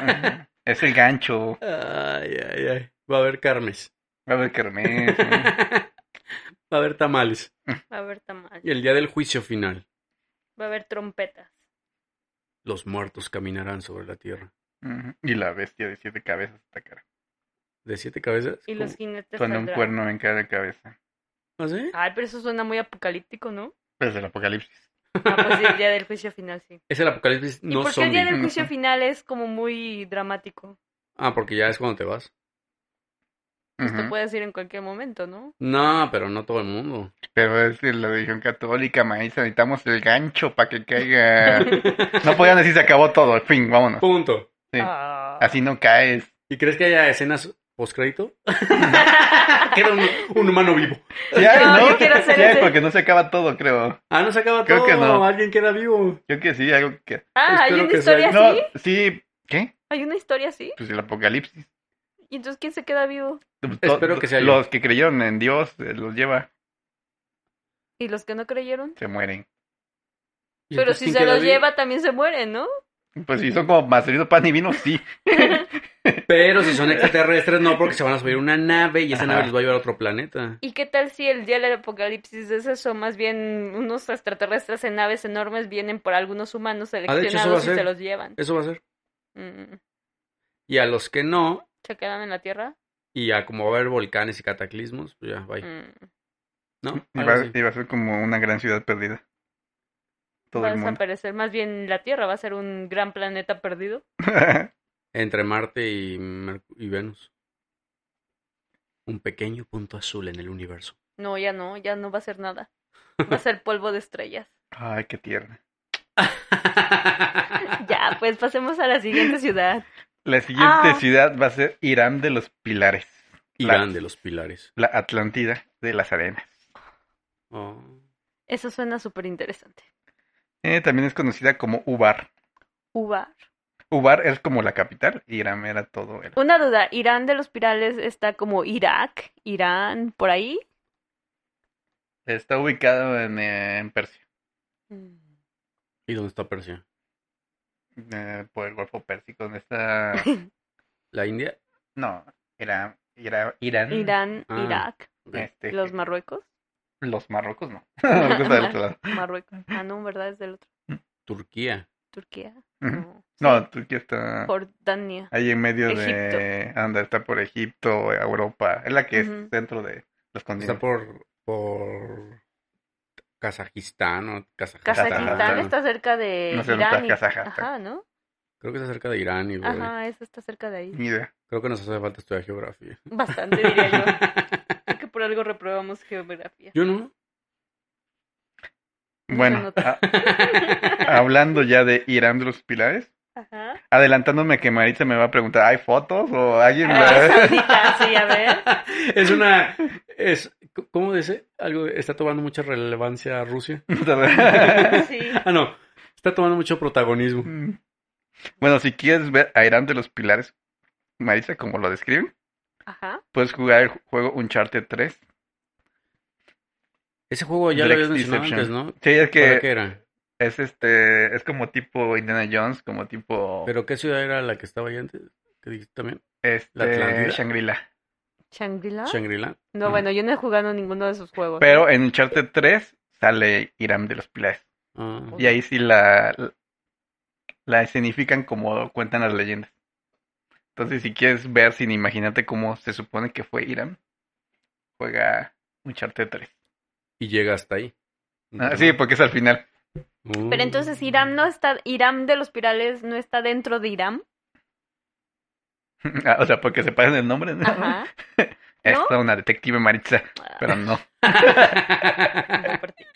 A: Ajá. es el gancho.
C: Ay, ay, ay. Va a haber carnes.
A: Va a haber kermés. ¿no?
C: va a haber tamales.
B: Va a haber tamal.
C: Y el día del juicio final.
B: Va a haber trompetas.
C: Los muertos caminarán sobre la tierra.
A: Ujú. Y la bestia de siete cabezas atacará.
C: ¿De siete cabezas?
B: Y los jinetes
A: Con un
B: saldrán.
A: cuerno en cada cabeza.
C: ¿Ah, sí?
B: Ay, pero eso suena muy apocalíptico, ¿no?
A: Pues el apocalipsis.
B: Ah, pues sí, el día del juicio final, sí.
C: Es el apocalipsis
B: ¿Y
C: no
B: por qué el día
C: zombie.
B: del juicio final es como muy dramático?
C: Ah, porque ya es cuando te vas.
B: Pues te
A: Ujú.
B: puedes ir en cualquier momento, ¿no?
C: No, pero no todo el mundo.
A: Pero es de la religión católica, maíz. Necesitamos el gancho para que caiga. No podían decir se acabó todo. Fin, vámonos.
C: Punto.
A: Sí.
B: Ah.
A: Así no caes.
C: ¿Y crees que haya escenas postcrédito? que era un, un humano vivo.
A: Sí hay,
B: No,
A: ¿no?
B: yo quiero hacer
A: Sí hay,
B: ese.
A: porque no se acaba todo, creo.
C: Ah, no se acaba
A: Creo
C: todo.
A: que no.
C: Alguien queda vivo.
A: Yo que sí, algo que...
B: Ah, ¿hay
C: Espero
B: una
C: que
B: historia
C: sea-
A: No,
B: así?
A: sí, ¿qué?
B: ¿Hay una historia así?
A: Pues el apocalipsis. Pues
B: ¿Y entonces quién se queda vivo?
C: Espero que sea yo.
A: Los que creyeron en Dios eh, los lleva,
B: ¿Y los que no creyeron?
A: se mueren.
C: ¿Y
B: Pero
C: entonces
B: si
C: quién
B: se
C: queda
B: los
C: vivo?
B: lleva también se mueren, ¿no?
A: Pues si son como Marcelino Pan y Vino, sí.
C: Pero si son extraterrestres, no, porque se van a subir a una nave y esa
A: Ajá.
C: nave los va a llevar a otro planeta.
B: ¿Y qué tal si el día del apocalipsis es eso? Más bien unos extraterrestres en naves enormes vienen por algunos humanos
C: va a
B: seleccionados y
C: ser.
B: se los llevan.
C: Eso va a ser.
B: Mm,
C: Y a los que no,
B: ¿Se quedan en la Tierra?
C: y ya como va a haber volcanes y cataclismos, pues ya, bye.
B: Mm,
C: ¿No?
A: Iba,
C: Algo así.
A: iba a ser como una gran ciudad perdida. Todo
B: va a
A: el mundo.
B: desaparecer. Más bien la Tierra va a ser un gran planeta perdido.
C: Entre Marte y, Merc- y Venus. Un pequeño punto azul en el universo.
B: No, ya no, ya no va a ser nada. Va a ser polvo de estrellas.
A: Ay, qué tierna.
B: Ya, pues pasemos a la siguiente ciudad.
A: La siguiente
B: Ah.
A: ciudad va a ser Irán de los Pilares.
C: Irán
A: La-
C: de los pilares.
A: La Atlántida de las Arenas.
C: Oh.
B: Eso suena súper interesante.
A: Eh, también es conocida como Ubar.
B: Ubar.
A: Ubar es como la capital y Irán era todo. el-
B: Una duda, ¿Irán de los Pirales está como Irak, Irán, por ahí?
A: Está ubicado en, eh, en Persia,
B: Mm.
C: ¿Y dónde está Persia?
A: eh, por el Golfo Pérsico, donde está...
C: ¿La India?
A: No, Irán, Irán, Irán,
B: Irán,
C: Ah.
B: Irak,
A: este,
B: los marruecos,
A: los Marruecos no. Marruecos está del otro lado.
B: marruecos. Ah, no, ¿verdad? Es del otro.
C: Turquía.
B: Turquía.
A: Ujú.
B: No.
A: No, Turquía está
B: Jordania.
A: ahí en medio de... Anda, está por Egipto, Europa. Es la que
B: Ujú.
A: es dentro de los
C: Está
A: continentes.
C: por. por. Kazajistán o Kazajstán.
B: Kazajistán está cerca de
A: No sé dónde
B: Irán.
A: está
B: y-
A: Kazajstán.
B: Ajá, ¿no?
C: Creo que está cerca de Irán, y
B: Ajá, eso está cerca de ahí.
A: Ni idea.
C: Creo que nos hace falta estudiar geografía.
B: Bastante, diría yo. Creo que por algo reprobamos geografía.
C: Yo no.
B: No se
A: Bueno,
B: nota.
A: a- hablando ya de Irán de los Pilares,
B: Ajá.
A: Adelantándome que Maritza me va a preguntar, ¿hay fotos? ¿O alguien me
B: Ah, Sandita, sí, a ver.
C: Es una. Es, ¿Cómo dice? Algo está tomando mucha relevancia Rusia.
B: Sí.
C: Ah, no. Está tomando mucho protagonismo.
A: Mm. Bueno, si quieres ver a Irán de los Pilares, Marisa, como lo describen,
B: Ajá.
A: puedes jugar el ju- juego Uncharted 3.
C: Ese juego ya lo habías
A: Blake's
C: mencionado antes,
A: Deception.
C: ¿no?
A: Sí, es
C: ¿Para qué
A: que
C: era?
A: es este, es como tipo Indiana Jones, como tipo
C: ¿Pero qué ciudad era la que estaba ahí antes? ¿Qué dijiste también? la
A: este
C: Atlántida.
A: Shangri-La.
B: ¿Shangri-La?
C: ¿Shangri-La?
B: No, bueno, yo no he jugado ninguno de sus juegos.
A: mm. Pero en Uncharted 3 sale Irán de los Pilares.
C: Ah.
A: Y ahí sí la, la, escenifican como cuentan las leyendas. Entonces, si quieres ver sin imaginarte cómo se supone que fue Irán, juega Uncharted 3.
C: Y llega hasta ahí.
A: Ah, sí,
C: pues.
A: porque es al final.
C: Uh.
B: Pero entonces Irán no está, Irán de los Pirales no está dentro de Irán.
A: Ah, o sea, porque se pasan el nombre, ¿no?
B: Ajá.
A: Es
B: ¿No?
A: toda una detective Maritza, pero no.
B: No, por ti.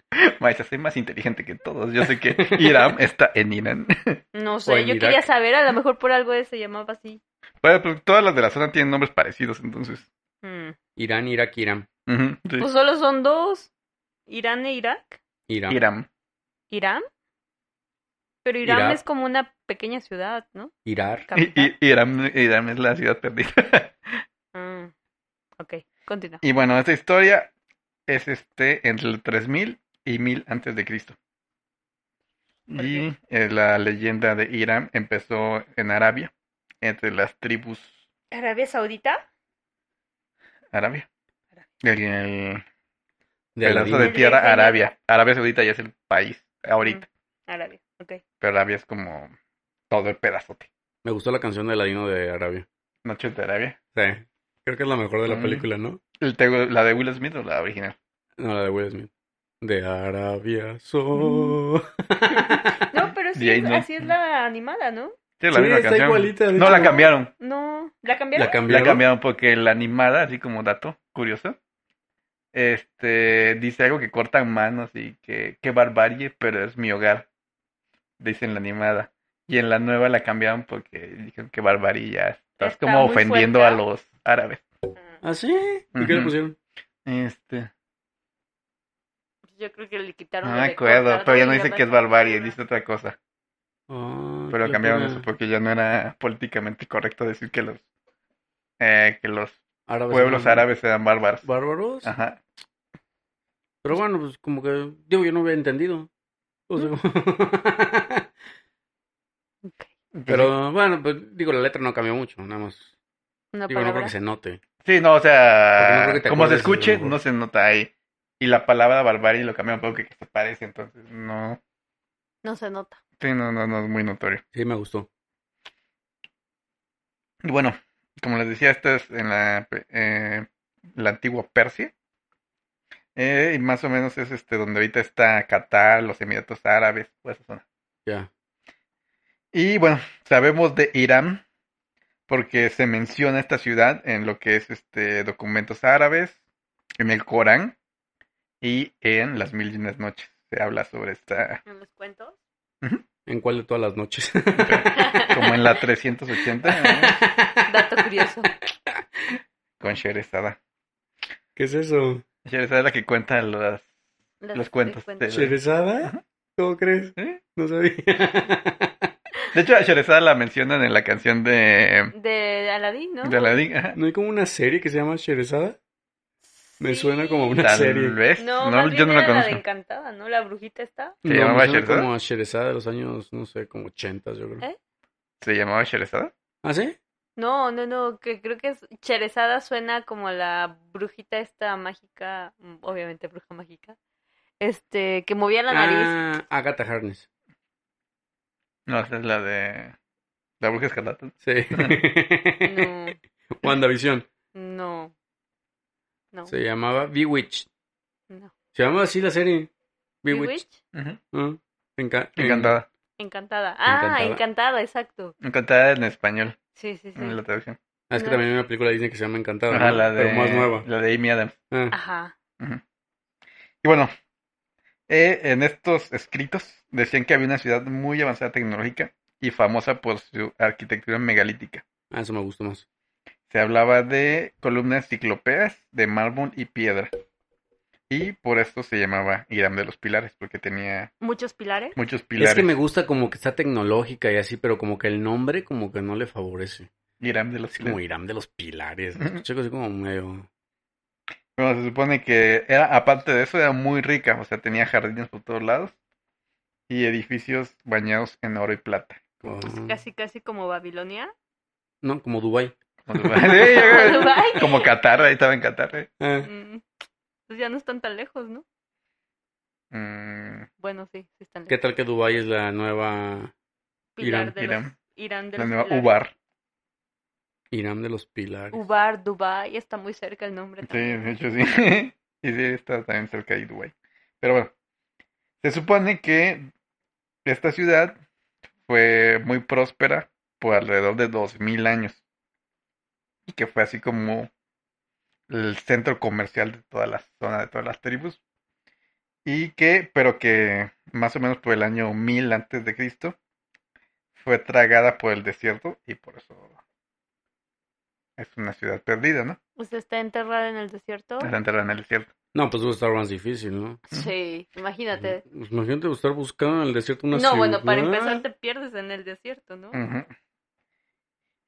A: Maritza, soy más inteligente que todos. Yo sé que Irán está en Irán.
B: No
C: O
B: sé,
C: en
B: yo
C: Irak.
B: quería saber, a lo mejor por algo se llamaba así.
A: Bueno, pues, todas las de la zona tienen nombres parecidos, entonces.
B: Mm.
C: Irán, Irak, Irán.
A: Ujú, sí.
B: Pues solo son dos. Irán e Irak.
C: Irán.
A: Irán.
B: Irán. Pero Irán
C: Irak.
B: es como una pequeña ciudad, ¿no?
C: Irar.
A: Y-
B: Capital.
A: y- Irán. Irán es la ciudad perdida.
B: Ah, Ok, continúa.
A: Y bueno, esta historia es este entre el 3000 y 1000 antes de Cristo. Y eh, la leyenda de Irán empezó en Arabia, entre las tribus
B: ¿Arabia Saudita?
A: Arabia. El, el
C: De
A: pedazo
C: Aladino.
A: de
B: El
A: tierra
B: diseño.
A: Arabia. Arabia Saudita ya es el país ahorita,
B: Arabia, ok.
A: pero Arabia es como todo el pedazote.
C: Me gustó la canción de Aladino de Arabia.
A: Noches de Arabia.
C: Sí. Creo que es la mejor de la
A: Mm.
C: película, ¿no?
A: El te- ¿La de Will Smith o la original?
C: No, la de Will Smith. De
A: Mm.
C: Arabia So.
B: No, pero sí,
A: De ahí no.
B: así es la animada, ¿no?
A: Sí, la
C: Sí,
A: misma
C: está
A: canción.
C: igualita, de
A: no
C: hecho.
A: la cambiaron.
B: No, ¿la cambiaron?
C: La
A: La
C: cambiaron.
A: cambiaron porque la animada, así como dato curioso, este dice algo que cortan manos y que qué barbarie, pero es mi hogar. Dice en la animada. Y en la nueva la cambiaron porque dijeron que barbarie ya estás
B: Está
A: como
B: muy
A: ofendiendo
B: fuerte.
A: a los árabes.
B: Ah,
C: ¿Ah, sí? ¿Y qué le
A: Ujú.
C: pusieron?
A: Este,
B: pues Yo creo que le quitaron.
A: no
B: lo
A: me
B: de
A: Ah, acuerdo,
B: cortar
A: pero ya no
B: y
A: dice
B: nada
A: que es
B: más
A: barbarie,
B: pusieron-
A: dice otra cosa.
C: Ah,
A: Pero
C: qué
A: cambiaron
C: locura.
A: eso porque ya no era políticamente correcto decir que los eh, que los
C: Árabes
A: pueblos
C: eran
A: árabes eran bárbaros.
C: ¿Bárbaros?
A: Ajá.
C: Pero bueno, pues como que. Digo, yo no había entendido. O
A: Mm.
C: sea,
B: Ok,
C: Pero bueno, pues digo, la letra no cambió mucho, nada más.
B: Una
C: Digo, no creo
B: palabra.
C: que se note.
A: Sí, no, o
C: Porque no
A: sea,
C: creo que te
A: como se
C: acuerdes, a lo
A: escuche,
C: mejor.
A: no se nota ahí. Y la palabra barbarie lo cambiaron porque que se parece, entonces no.
B: No se nota.
A: Sí, no, no, no es muy notorio.
C: Sí, me gustó.
A: Y bueno, como les decía, esto es en la, eh, la antigua Persia. Eh, y más o menos es este donde ahorita está Qatar, los Emiratos Árabes, toda esa zona.
C: Ya.
A: Y bueno, sabemos de Irán porque se menciona esta ciudad en lo que es este documentos árabes, en el Corán y en Las Mil y Unas Noches. Se habla sobre esta,
B: ¿En los cuentos?
C: ¿En cuál de todas las noches?
A: como en la 380, ¿no?
B: Dato curioso.
A: con Sherezada.
C: ¿Qué es eso?
A: Sherezada es la que cuenta las...
B: Los,
A: cuentos de-
C: ¿Cherezada? ¿Cómo crees?
A: ¿Eh?
C: No sabía.
A: De hecho, a Sherezada la mencionan en la canción de...
B: De Aladín, ¿no?
A: de Aladdin, ajá.
C: ¿No hay como una serie que se llama Cherezada? Me
B: Sí.
C: suena como una
A: Tal
C: serie.
A: vez.
B: No,
A: No,
B: más
A: yo
B: bien
A: no la
B: era la de
A: conozco.
B: Encantada, ¿no? La brujita está.
A: ¿Se llamaba
C: me suena
A: Sherezada?
C: como a Sherezada de los años, no sé, como 80, yo creo.
B: ¿Eh?
A: ¿Se llamaba Sherezada?
C: ¿Ah, sí?
B: No, no, no, que creo que es Cherezada suena como la brujita esta mágica, mm, obviamente bruja mágica, este, que movía la nariz.
C: Ah, Agatha Harness.
A: No, esa es la de... La Bruja Escarlata.
C: Sí.
B: No,
C: WandaVision.
B: no, no,
C: Se llamaba Bewitched.
B: no.
C: Se llamaba así la serie. Bewitched.
B: Bewitched,
A: Ujú.
C: Ah, enca- en-
A: Encantada.
B: Encantada. Ah,
C: Encantada.
B: Encantada, exacto.
A: Encantada en español,
B: Sí, sí, sí.
A: en la traducción.
C: Ah, es que
B: No.
C: también hay una película de Disney que se llama Encantada.
A: Ajá,
C: ¿no?
A: Ah, la de,
C: Pero más nueva.
A: La de Amy Adams.
C: Ah.
B: Ajá.
A: Ujú. Y bueno, eh, en estos escritos decían que había una ciudad muy avanzada tecnológica y famosa por su arquitectura megalítica.
C: Ah, eso me gustó más.
A: Se hablaba de columnas ciclopeas de mármol y piedra. Y por esto se llamaba Irán de los Pilares, porque tenía
B: Muchos pilares.
A: muchos pilares.
C: Es que me gusta como que está tecnológica y así, pero como que el nombre como que no le favorece.
A: Hiram de los
C: Es
A: Pilares.
C: como Irán de los Pilares. ¿no? Escuché así como medio...
A: Bueno, se supone que era, aparte de eso, era muy rica, o sea, tenía jardines por todos lados y edificios bañados en oro y plata.
C: ah,
A: Mm.
B: Casi, casi como Babilonia.
C: No, como Dubai.
A: Como Dubái.
B: Dubái.
A: Como Qatar, ahí estaba en Qatar. eh.
C: Ah,
B: Mm, Pues ya no están tan lejos, ¿no?
A: Mm,
B: Bueno, sí, sí están
C: ¿Qué
B: lejos.
C: tal que Dubai es la nueva
B: Pilar
C: Irán,
B: de
A: Irán.
B: los- Irán de
A: la
B: los
A: nueva
B: pilares.
A: Ubar.
C: Irán de los Pilares?
B: Ubar, Dubai, está muy cerca el nombre
A: Sí,
B: también.
A: de hecho sí. Y sí, está también cerca de Dubái. Pero bueno, se supone que esta ciudad fue muy próspera por alrededor de 2000 años. Y que fue así como el centro comercial de toda la zona, de todas las tribus. Y que, pero que más o menos por el año 1000 antes de Cristo, fue tragada por el desierto y por eso es una ciudad perdida, ¿no?
B: Usted está enterrada en el desierto.
A: Al entrar en el desierto.
C: No, pues va a estar más difícil, ¿no?
B: Sí, imagínate.
C: Pues imagínate estar buscando en el desierto una
B: No,
C: ciudad.
B: bueno, para empezar te pierdes en el desierto, ¿no?
A: Ujú.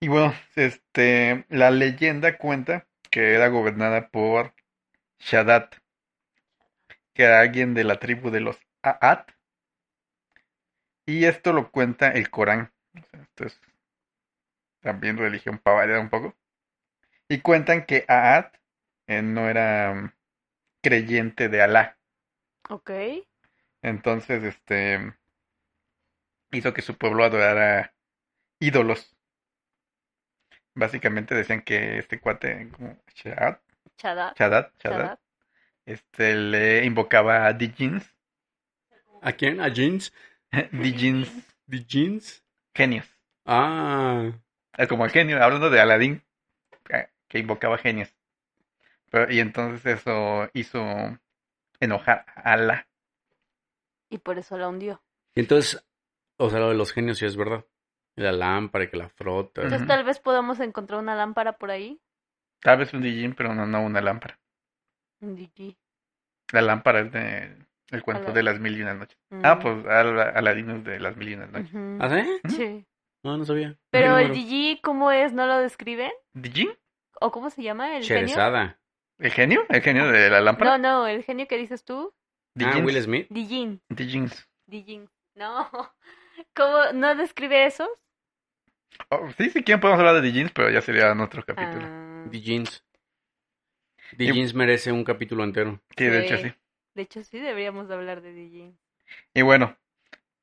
A: Y bueno, este, la leyenda cuenta que era gobernada por Shadat, que era alguien de la tribu de los Aat. Y esto lo cuenta el Corán. O sea, esto es también religión para variar un poco. Y cuentan que Aat eh, no era mm, creyente de Alá.
B: Ok.
A: Entonces, este hizo que su pueblo adorara ídolos. Básicamente decían que este cuate, como Shadat,
B: Chada.
A: Shadat, Shadat,
B: Chada.
A: este le invocaba a Dijins,
C: ¿A quién? ¿A Jeans?
A: Dijins
C: ¿De Jeans?
A: genios.
C: Ah,
A: Ah, Como el genio, hablando de Aladín, eh, que invocaba genios. Pero- y entonces eso hizo enojar a Alá.
B: Y por eso la hundió.
C: y entonces, o sea, lo de los genios sí es verdad. La lámpara que la frota.
A: Ujú.
B: Entonces tal vez podamos encontrar una lámpara por ahí.
A: Tal vez un Dijin, pero no, no una lámpara.
B: Un digi.
A: La lámpara es de, el cuento
B: Alá.
A: de las mil y una noches.
B: Mm.
A: Ah, pues Al- Aladino es de las mil y una noches.
B: Ujú.
C: ¿Ah, sí?
B: Sí.
C: No, no sabía.
B: Pero
C: ¿Qué
B: el
C: número?
B: Gigi, ¿cómo es? ¿No lo describen?
A: ¿Dijin?
B: ¿O cómo se llama el genio?
C: Cherezada.
A: ¿El genio? ¿El genio de la
B: No,
A: lámpara?
B: no, el genio que dices tú.
C: Ah,
A: Dijins.
C: Will Smith.
B: Dijin.
A: Dijins.
B: Dijin. No. ¿Cómo? ¿No describe esos?
A: Oh, sí, si quieren podemos hablar de Dijins, pero ya sería en otro capítulo.
B: Ah,
C: The Jeans. The
A: Y-
C: Jeans merece un capítulo entero.
A: sí, de hecho
B: sí.
A: sí.
B: de hecho, sí deberíamos de hablar de Dijin.
A: Y bueno,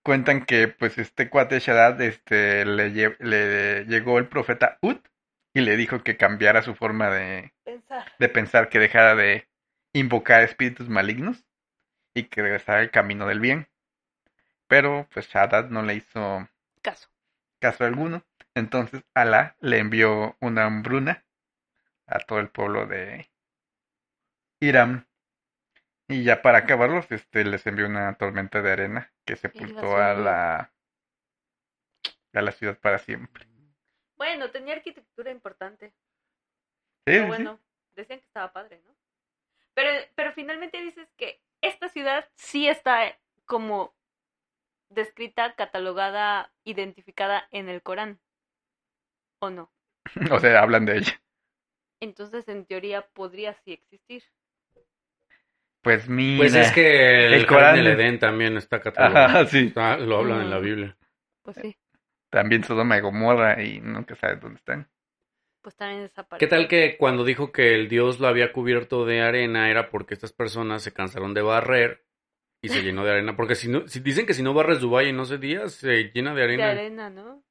A: cuentan que pues este cuate Shaddad este, le, lle- le llegó el profeta Ut y le dijo que cambiara su forma de,
B: Pensar.
A: de pensar, que dejara de invocar espíritus malignos y que regresara al camino del bien. Pero pues Shaddad no le hizo
B: Caso.
A: caso alguno. Entonces Alá le envió una hambruna a todo el pueblo de Irán. Y ya para acabarlos, este, les envió una tormenta de arena que sepultó a
B: subió.
A: la a la ciudad para siempre.
B: Bueno, tenía arquitectura importante.
A: Sí,
B: Pero
A: sí,
B: bueno, decían que estaba padre, ¿no? Pero, pero finalmente dices que esta ciudad sí está como descrita, catalogada, identificada en el Corán. ¿O no?
A: sí. O sea, hablan de ella.
B: Entonces, en teoría, podría sí existir.
A: Pues mira.
C: Pues es que el,
A: el
C: Corán
A: Corán-
C: del Edén también está catalogado.
A: Ajá, sí.
C: Está- lo hablan en la
B: Mm.
C: Biblia.
A: Eh,
B: Pues sí,
A: También Sodoma y Gomorra y nunca sabes dónde están.
B: pues también
C: ¿Qué
B: desapareció.
C: tal que cuando dijo que el dios lo había cubierto de arena era porque estas personas se cansaron de barrer y se llenó de arena? Porque si no, si dicen que si no barres Dubái en 11 días se llena de
B: De
C: arena.
B: arena, ¿no?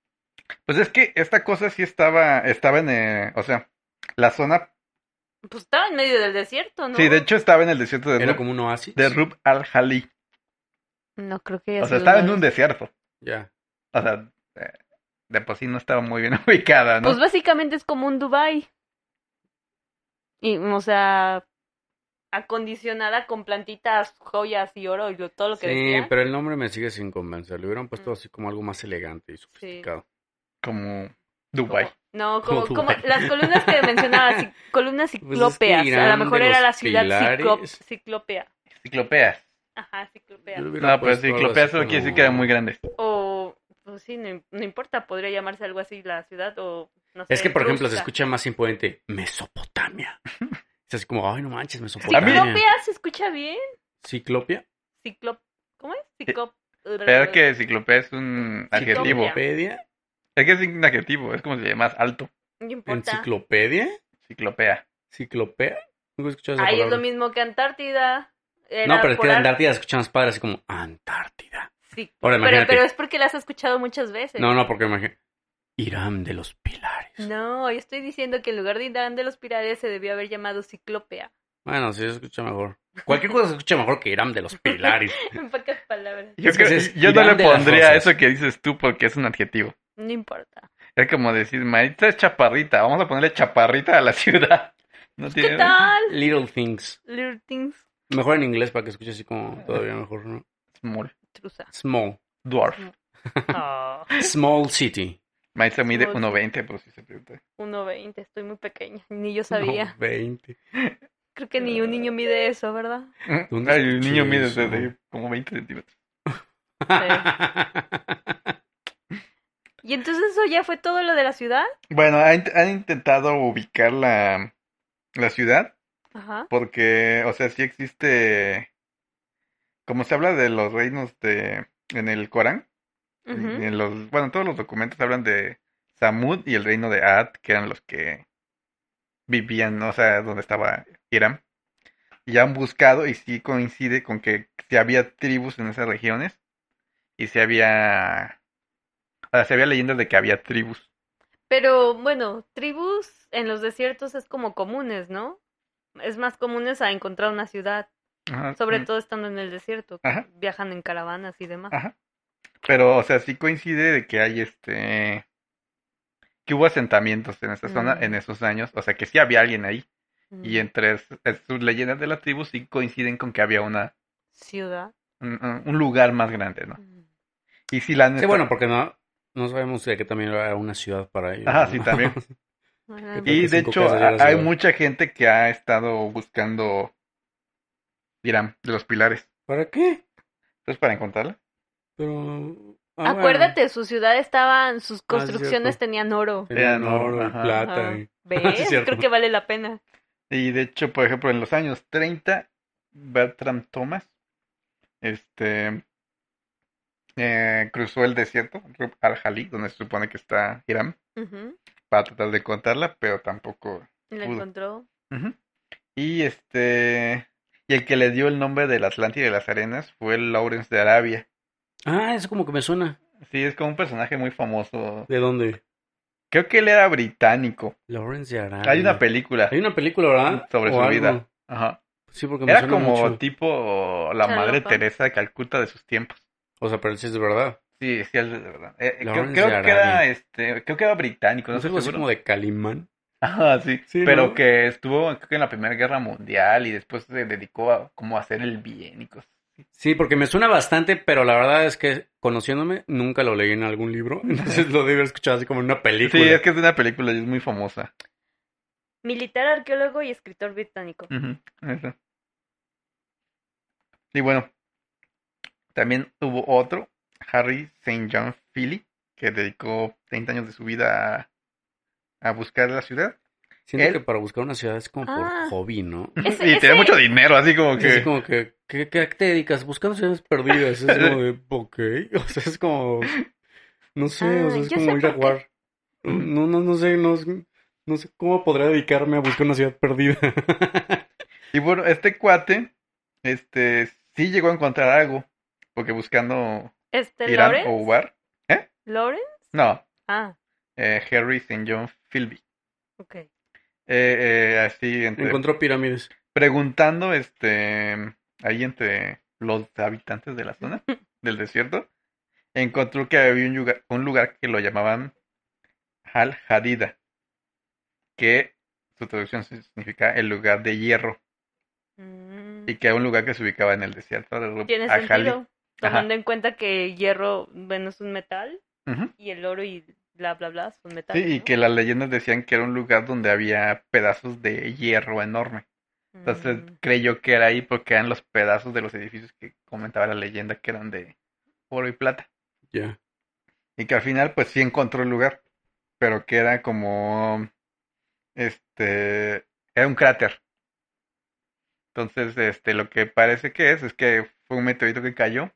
A: Pues es que esta cosa sí estaba, estaba en, eh, o sea, la zona,
B: Pues estaba en medio del desierto, ¿no?
A: sí, de hecho estaba en el desierto de
C: Era
A: Nuba.
C: como un oasis.
A: de Rub al Jalí.
B: No creo que haya
A: O sea,
B: sido
A: estaba en
B: nada.
A: un desierto.
C: Ya.
A: O sea, eh, de por sí no estaba muy bien ubicada, ¿no?
B: Pues básicamente es como un Dubai. Y, o sea, acondicionada con plantitas, joyas y oro y lo- todo lo que
C: Sí,
B: decía.
C: pero el nombre me sigue sin convencer. Le hubieran puesto
B: Mm.
C: así como algo más elegante y sofisticado.
A: Como Dubai.
B: Como- no, como,
C: Como
B: como
C: Dubái.
B: las columnas que mencionaba, ci- columnas ciclópeas. a lo
C: irán
B: mejor
C: de
B: era
C: los
B: la ciudad ciclo-
C: pilares.
B: ciclópea.
A: Ciclopeas.
B: Ajá, ciclópea.
C: Yo le hubiera
A: No, pero
C: puesto algo
A: ciclopeas
C: así
A: solo quiere decir
C: como-
A: que eran muy grandes.
B: O, pues sí, no, im- no importa, podría llamarse algo así la ciudad o no sé.
C: Es que, por ejemplo, se
B: Rusia.
C: escucha más imponente Mesopotamia. Es así como, ay, no manches, Mesopotamia.
B: Ciclópea se escucha bien.
C: Ciclopia.
B: Ciclop... ¿Cómo es? Ciclop...
A: Pero es que ciclopea es un adjetivo.
B: Ciclopea.
C: Enciclopedia.
A: Es que es un adjetivo, es como si le llamas alto.
B: No importa.
C: Enciclopedia.
A: Ciclopea.
C: Ciclopea. Nunca he escuchado esa
B: Ahí es lo
C: palabra.
B: mismo que Antártida. Era
C: No, pero es
B: por
C: que de
B: ar-
C: Antártida se escucha más padre, así como Antártida.
B: Sí. Pero,
C: Ahora imagínate.
B: pero es porque la has escuchado muchas veces.
C: No, no, porque imagínate. Irán de los Pilares.
B: No, yo estoy diciendo que en lugar de Irán de los Pirates se debió haber llamado Ciclópea.
C: Bueno, sí se escucha mejor. Cualquier cosa se escucha mejor que Irán de los Pilares.
B: En pocas palabras.
A: Yo,
C: Es que
A: creo-
C: ese es
A: yo no
C: Irán
A: le
C: de las
A: pondría
C: Rosas.
A: eso que dices tú porque es un adjetivo.
B: No importa.
A: Es como decir, Marita es chaparrita, vamos a ponerle chaparrita a la ciudad. No
B: ¿Qué
C: eh.
A: tiene...
B: tal?
C: Little Things.
B: Little Things
C: Mejor en inglés para que escuche así como todavía mejor, ¿no?
A: Small.
B: Trusa.
C: Small.
A: Dwarf.
B: Oh,
C: Small City.
A: Maestra mide
B: Small.
A: 1.20, por si se pregunta.
B: 1.20, estoy muy pequeña. Ni yo sabía.
C: No, Eh. 20.
B: Creo que ni un niño mide eso, ¿verdad?
C: ¿Dónde
A: Ay, el niño
C: escuché
A: mide
C: eso?
A: desde como 20 centímetros.
B: Y entonces eso ya fue todo lo de la ciudad.
A: Bueno, han, han intentado ubicar la, la ciudad
B: Ajá.
A: porque, o sea, sí existe... Como se habla de los reinos de en el Corán,
B: Ujú.
A: en los, bueno, todos los documentos hablan de Samud y el reino de Ad, que eran los que vivían, o sea, donde estaba Irán. Y han buscado, y sí coincide con que si había tribus en esas regiones, y si había, o sea, se había leyendas de que había tribus.
B: Pero bueno, tribus en los desiertos es como comunes, ¿no? Es más comunes a encontrar una ciudad,
A: Ajá.
B: sobre
A: Mm,
B: todo estando en el desierto, que
A: Ajá. Ah,
B: viajan en caravanas y demás.
A: Ajá. Pero, o sea, sí coincide de que hay este, que hubo asentamientos en esa zona
B: Mm.
A: en esos años, o sea, que sí había alguien ahí. Y
B: Mm.
A: entre es- es- sus leyendas de la tribu sí coinciden con que había una,
B: Ciudad.
A: un, un- un lugar más grande, ¿no?
B: Mm.
A: Y sí, la neta.
C: Sí, bueno, porque no, no sabemos de que también era una ciudad para ellos.
A: Ajá,
C: ¿no?
A: Ah, sí, también.
B: Bueno,
C: Creo
A: Y de
C: que cinco
A: hecho,
C: casas ya
A: ha-
C: las
A: hay
C: llevan.
A: mucha gente que ha estado buscando Irán de los pilares.
C: ¿Para qué?
A: Entonces, para encontrarla.
C: Pero. ah,
B: Acuérdate, su ciudad estaban, sus
A: Ah,
B: construcciones
C: cierto.
B: tenían oro.
C: bueno, Tenían
A: Era
C: oro y
A: ajá.
C: plata.
B: Ajá.
C: y-
B: ¿Ves?
C: Sí, cierto.
B: Creo que vale la pena.
A: Y de hecho, por ejemplo, en los años 30, Bertram Thomas, este, eh, cruzó el desierto, Rub al-Jalí, donde se supone que está Irán,
B: Ujú.
A: para tratar de encontrarla, pero tampoco
B: Y La
A: Pudo.
B: encontró.
A: Ujú. Y este, y el que le dio el nombre del Atlántida y de las Arenas fue el Lawrence de Arabia.
C: Ah, eso como que me suena.
A: Sí, es como un personaje muy famoso.
C: ¿De dónde?
A: Creo que él era británico.
C: Lawrence de Arabia.
A: Hay una película.
C: Hay una película, ¿verdad?
A: Sobre
C: O
A: su
C: algo.
A: vida. Ajá.
C: Sí, porque me
A: Era
C: suena
A: como
C: mucho.
A: tipo la
B: Sherlock
A: madre
B: Holmes.
A: Teresa de Calcuta de sus tiempos.
C: O sea, pero sí es de verdad.
A: Sí, sí, es de verdad. Eh, creo,
C: Lawrence
A: creo
C: de
A: que era
C: Arabia.
A: este, creo que era británico, no
C: No es
A: estoy
C: algo así
A: seguro.
C: como de Calimán.
A: Ajá, sí.
C: Sí,
A: Pero
C: ¿no?
A: que estuvo creo que en la Primera Guerra Mundial y después se dedicó a como a hacer el bien y cosas.
C: Sí, porque me suena bastante, pero la verdad es que conociéndome nunca lo leí en algún libro. Entonces lo debo haber escuchado así como en una
A: Sí,
C: película.
A: es que es una película y es muy famosa.
B: Militar, arqueólogo y escritor británico.
A: Ujú, ahí está. Y bueno, también hubo otro, Harry St. John Philly, que dedicó 30 años de su vida a, a buscar la ciudad.
C: Siento
A: Él-
C: que para buscar una ciudad es como por
B: Ah.
C: hobby, ¿no?
B: Ese-
A: y tiene
B: ese-
A: mucho dinero, así como
C: Es
A: que...
C: como que, ¿qué, qué- a qué te dedicas? Buscando ciudades perdidas. Es como de, ok. O sea, es como. No sé, o sea,
B: Ah,
C: es
B: ya
C: como
B: sé
C: ir a
B: por qué.
C: jugar. No, no, no sé, no, sé- no sé cómo podría dedicarme a buscar una ciudad perdida.
A: Y bueno, este cuate, este, sí llegó a encontrar algo, porque buscando
B: Este,
A: Irán
B: Lawrence.
A: o Ubar,
B: Lawrence.
A: no,
B: Ah,
A: eh, Harry St. John Philby.
B: ok.
A: Eh, eh, así, entre-
C: Encontró pirámides.
A: preguntando este ahí entre los habitantes de la zona del desierto encontró que había un lugar, un lugar que lo llamaban Al Hadida que su traducción significa el lugar de hierro
B: Mm,
A: y que era un lugar que se ubicaba en el desierto de Ru-
B: Tiene
A: Ajali.
B: sentido.
A: Ajá.
B: Tomando en cuenta que el hierro, bueno, es un metal
A: Ujú.
B: y el oro y bla, bla, bla son
A: Sí,
B: metales.
A: y
B: ¿no?
A: que las leyendas decían que era un lugar donde había pedazos de hierro enorme. Entonces
B: Mm,
A: creyó que era ahí porque eran los pedazos de los edificios que comentaba la leyenda que eran de oro y plata.
C: Ya.
A: Y que al final, pues sí encontró el lugar, pero que era como, este, era un cráter. Entonces, este, lo que parece que es, es que fue un meteorito que cayó,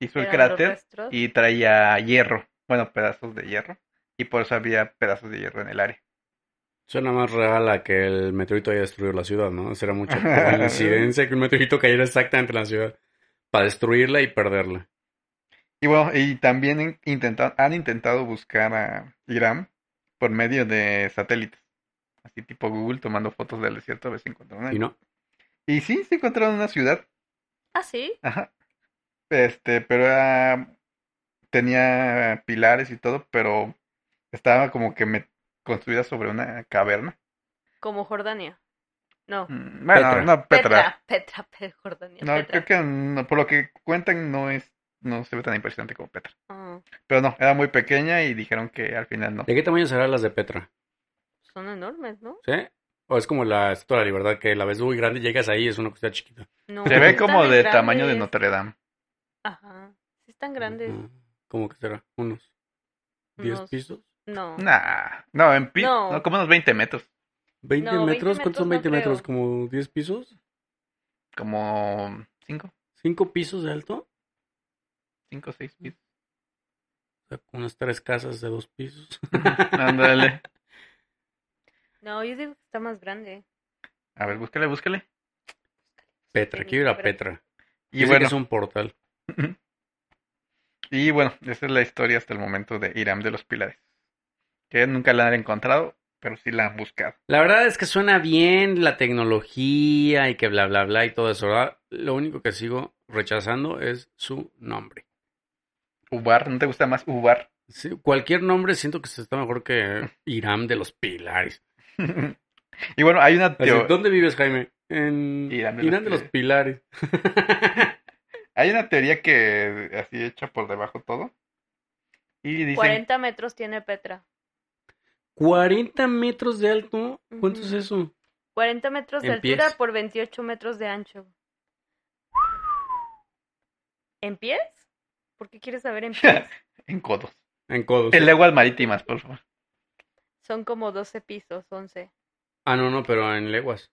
A: hizo el
B: eran los
A: cráter
B: restos.
A: y traía hierro, bueno, pedazos de hierro, y por eso había pedazos de hierro en el área.
C: Suena más real a que el meteorito haya destruido la ciudad, ¿no? Será mucha coincidencia que un meteorito cayera exactamente en la ciudad para destruirla y perderla.
A: Y bueno, y también in- intenta- han intentado buscar a Irán por medio de satélites, así tipo Google tomando fotos del desierto a ver si encontraron
C: Y
A: algo.
C: no.
A: Y sí, se encontraron una ciudad.
B: Ah, sí.
A: Ajá. Este, pero era- tenía pilares y todo, pero estaba como que me construida sobre una caverna.
B: Como Jordania. No.
A: Mm, Bueno,
C: Petra.
A: no, Petra.
B: Petra, Petra, Pe- Jordania.
A: No,
B: Petra.
A: creo que no, por lo que cuentan no es, no se ve tan impresionante como Petra.
B: Ah,
A: Pero no, era muy pequeña y dijeron que al final no.
C: ¿De qué tamaño serán las de Petra?
B: son enormes, ¿no?
C: ¿Sí? O es como la Estatua de la Libertad, que la ves muy grande y llegas ahí y es una cosa chiquita.
B: No,
A: Se
B: sí
A: ve
B: están
A: como de tamaño de Mm.
B: grandes.
A: Notre Dame.
B: Ajá. Sí están grandes.
C: Ah, ¿Cómo que será? ¿Unos 10
B: Unos-
C: pisos?
B: No.
A: Nah, no, en pi,
B: No.
A: no, como unos 20 metros,
C: ¿20
B: No, 20
C: metros? ¿Cuántos son
B: metros
C: 20
B: no
C: metros?
B: creo.
C: ¿Como 10 pisos?
A: como 5,
C: ¿5 pisos de alto?
A: 5 o 6 pisos.
C: O sea, unas tres casas de dos pisos.
A: Ándale.
B: No, yo digo que está más grande.
A: A ver, búscale, búscale.
C: Petra, quiero ir a Petra.
A: Y
C: Dicen que
A: bueno,
C: es un portal.
A: Y bueno, esa es la historia hasta el momento de Irán de los Pilares. Que nunca la han encontrado, pero sí la han buscado.
C: La verdad es que suena bien la tecnología y que bla, bla, bla y todo eso, ¿verdad? Lo único que sigo rechazando es su nombre.
A: Ubar, ¿no te gusta más Ubar?
C: Sí, cualquier nombre siento que se está mejor que Irán de los Pilares.
A: y bueno, hay una,
C: Así,
A: teo-
C: ¿Dónde vives, Jaime? En
A: Irán
C: Irán
A: de
C: de,
A: los
C: los Pilares.
A: hay una teoría que así hecha por debajo todo. Y dicen,
B: 40 metros tiene Petra.
C: 40 metros de alto. ¿Cuánto
B: Ujú.
C: es eso?
B: 40 metros de
C: En
B: altura
C: pies.
B: por 28 metros de ancho. ¿En pies? ¿Por qué quieres saber en pies?
A: en codos.
C: En codos.
A: En leguas marítimas, por favor.
B: Son como 12 pisos, 11.
C: Ah, no, no, pero en leguas.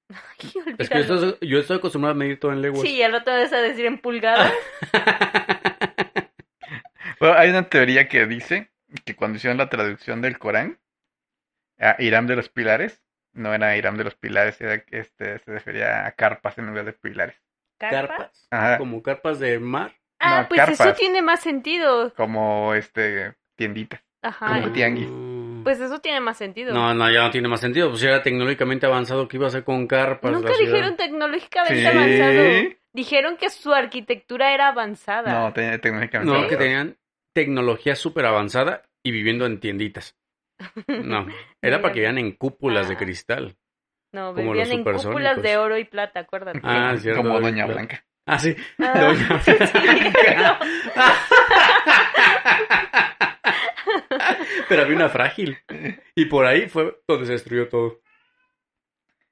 B: Ay,
C: Es que yo
B: olvídalo.
C: estoy, yo estoy acostumbrado a medir todo en leguas.
B: Sí, al otro vas a decir en pulgadas.
A: Bueno, hay una teoría que dice que cuando hicieron la traducción del Corán, a Irán de los Pilares, no era Irán de los Pilares, era este, se refería a carpas en lugar de pilares.
C: Ah,
B: ¿Carpa?
C: Carpas.
A: Ajá.
C: Como carpas de mar.
B: Ah,
A: No,
B: pues eso
A: carpas.
B: tiene más sentido.
A: como este tiendita.
B: Ajá.
A: Como tianguis.
B: Ah, Pues eso tiene más sentido.
C: Mm. No, no, ya no tiene más sentido. Pues si era tecnológicamente avanzado, ¿qué iba a hacer con carpas?
B: Nunca
C: la ciudad?
B: dijeron tecnológicamente
A: Sí.
B: avanzado. Dijeron que su arquitectura era avanzada.
A: No, te- tecnológicamente.
C: No, que
A: avanzado.
C: tenían tecnología súper avanzada y viviendo en tienditas. No, era para que vivían en cúpulas de
B: Ah.
C: cristal.
B: No,
C: Como
B: vivían
C: los
B: en cúpulas
C: supersónicos.
B: de oro y plata, acuérdate.
C: Ah, cierto.
A: Como
C: David
A: Doña
C: Platt.
A: Blanca.
C: Ah, sí.
B: Ah,
C: Doña
B: sí, cierto.
C: Pero había una frágil. Y por ahí fue donde se destruyó todo.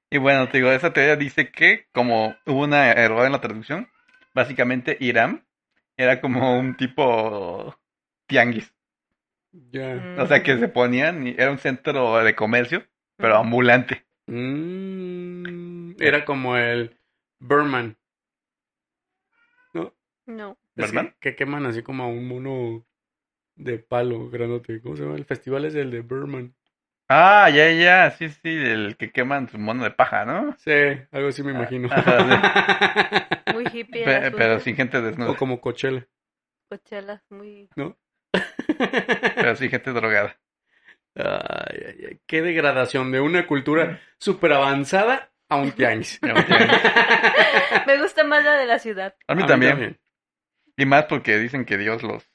A: Y bueno, te digo, esa teoría dice que como hubo un error en la traducción, básicamente Irán era como un tipo tianguis.
C: Ya.
A: O sea, que se ponían, y era un centro de comercio, pero ambulante.
C: Mm, era como el Berman.
B: No.
C: Es que-
A: ¿Birdman?
C: Que, queman así como a un mono de palo grandote. ¿Cómo se llama? El festival es el de Berman.
A: Ah, ya, ya, sí, sí, el que queman su mono de paja, ¿no?
C: Sí, algo así me imagino.
A: Ah, Ajá,
B: Muy hippie el
A: Pe-
B: asunto.
A: pero sin gente desnuda,
C: o como Coachella.
B: Cochelas, muy...
A: pero sin gente drogada.
C: Ay, ay, ay, qué degradación de una
A: Mm.
C: cultura súper avanzada a un tianguis.
A: Era un tianguis.
B: Me gusta más la de la ciudad.
A: A mí también. Y más porque dicen que Dios los,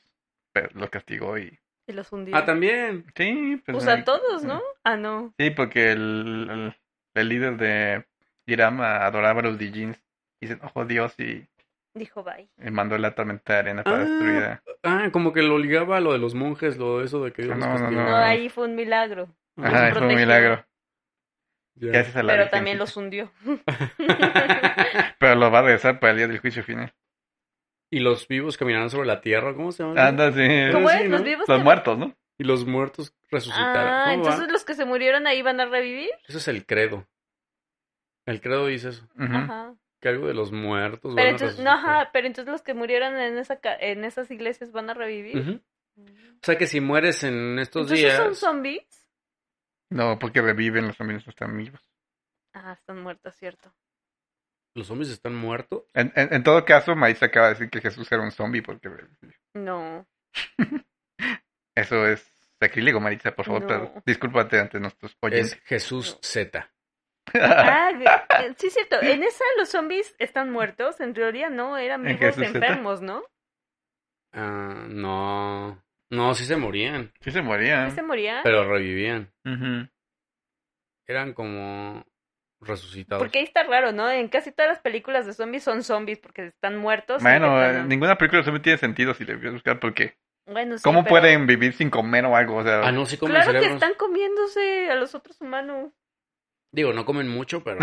A: pe- los castigó y...
B: Y los hundió.
C: Ah, también.
A: Sí, pues...
B: Pues
A: eh,
B: a todos, ¿no? Ah, no.
A: Sí, porque el, el- el líder de Hiram adoraba los Dijins y se enojó Dios y
B: Dijo bye.
A: y mandó la tormenta de arena para
C: Ah,
A: destruirla.
B: pues,
C: Ah, como que lo ligaba a lo de los monjes, lo de eso de que Dios
A: Ah, No,
C: los
A: no, no,
C: castigaba.
B: No, ahí fue un milagro.
A: Ajá, es un
B: protegido.
A: milagro.
C: Ya.
A: Gracias a la
B: Pero
A: Virgencita.
B: también los hundió.
A: Pero lo va a regresar para el día del juicio final.
C: y los vivos caminaron sobre la tierra, ¿cómo se llama?
A: Anda, sí.
B: ¿Cómo
C: sí,
B: es?
C: ¿no?
B: Los vivos.
A: Los
B: que-
A: muertos, ¿no?
C: Y los muertos resucitaron.
B: Ah,
C: ¿Cómo va?
B: entonces los que se murieron ahí van a revivir.
C: Eso es el credo. El credo dice eso,
A: Ujú.
B: Ajá.
C: que algo de los muertos. van
B: Pero
C: a
B: entonces, no,
C: resucitar.
B: ajá, pero entonces los que murieron en esa ca- en esas iglesias van a revivir.
C: Ujú. O sea que si mueres en estos
B: Entonces
C: días...
B: son zombies.
A: No, porque reviven los zombies, están vivos.
B: Ah, están muertos, cierto.
C: ¿Los zombies están muertos?
A: En, en- en todo caso, Maíz acaba de decir que Jesús era un zombie porque
B: No.
A: eso es sacrílego, Maritza, por favor,
B: No.
A: pero discúlpate ante nuestros
C: Es
A: oyentes.
C: Jesús Z.
B: Ah, eh, sí, cierto. En esa los zombies están muertos. En teoría no, eran
A: ¿En
B: vivos
A: Jesús Z?
B: enfermos, ¿no?
C: Ah, no. No, sí se morían,
A: Sí se
B: ¿Sí
A: morían.
B: se morían?
C: pero revivían.
A: Ujú.
C: Eran como resucitados.
B: Porque ahí está raro, ¿no? En casi todas las películas de zombies son zombies porque están muertos. y
A: Bueno,
B: ya
A: eh,
B: están-
A: ninguna película de zombies tiene sentido si le voy a buscar porque
B: Bueno, sí,
A: ¿cómo
B: pero-
A: pueden vivir sin comer o algo? O sea,
C: Ah, no, sí comen
B: Claro que
C: cerebros.
B: están comiéndose a los otros humanos.
C: Digo, no comen mucho, pero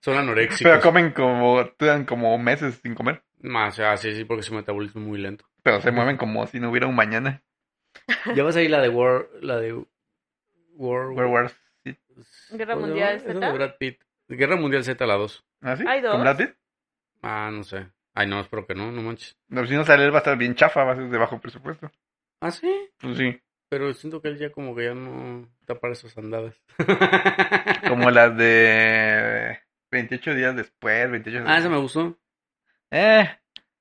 C: son anoréxicos.
A: pero comen como, duran como meses sin comer,
C: Más, o sea, sí, sí, porque su metabolismo es muy lento.
A: pero se mueven como si no hubiera un mañana.
C: Ya vas ahí la de War, la de War,
A: World War Z.
B: Guerra
C: ¿cómo se
B: Mundial
C: llama? Esa
B: Z.
C: de Brad Pitt. Guerra Mundial Z la 2.
A: ¿Ah, sí?
B: Hay dos.
A: ¿Con Brad Pitt?
C: Ah, no sé. Ay, no, espero que no, no manches.
A: No, si no sale él va a estar bien chafa, va a ser de bajo presupuesto.
C: Ah, sí,
A: Pues sí,
C: pero siento que él ya como que ya no está para esas andadas.
A: como las de 28 días después, 28
C: Ah, esa me gustó.
A: Eh,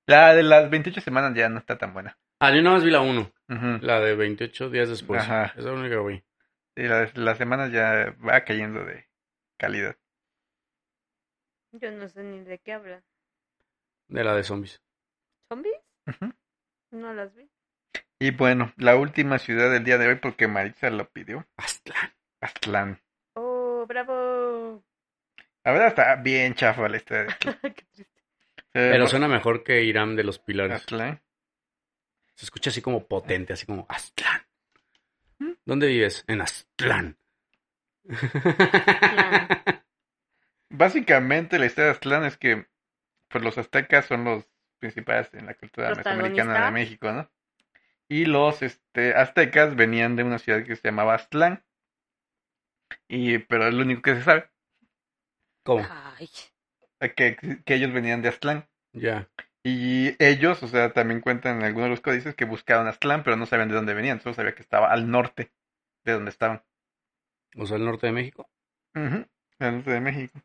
A: la de las 28 semanas ya no está tan buena.
C: Ah, yo nada más vi la 1,
A: Ujú.
C: la de 28 días después.
A: Ajá.
C: Esa es la única que vi.
A: Sí, las, las semanas ya va cayendo de calidad.
B: Yo no sé ni de qué hablan.
C: De la de zombies.
B: ¿Zombies?
A: Ujú.
B: No las vi.
A: Y bueno, la última ciudad del día de hoy porque Maritza lo pidió,
C: Aztlán.
A: Aztlán.
B: Oh, bravo.
A: La verdad está bien chafa la historia de Aztlán.
B: Qué triste.
C: Pero
A: Eh,
C: suena mejor que Irán de los Pilares.
A: Aztlán.
C: Se escucha así como potente, así como Aztlán.
B: ¿Mm?
C: ¿Dónde vives? En Aztlán.
A: Básicamente la historia de Aztlán es que pues los aztecas son los principales en la cultura mesoamericana de
B: Protagonista.
A: México, ¿no? Y los este, aztecas venían de una ciudad que se llamaba Aztlán. Y, pero es lo único que se sabe,
C: ¿Cómo?
B: Ay.
A: que, que ellos venían de Aztlán.
C: Ya.
A: Y ellos, o sea, también cuentan en algunos de los códices que buscaron Aztlán, pero no sabían de dónde venían, solo sabían que estaba al norte de donde estaban.
C: O sea, el norte de México.
A: Ujú, Al norte de México.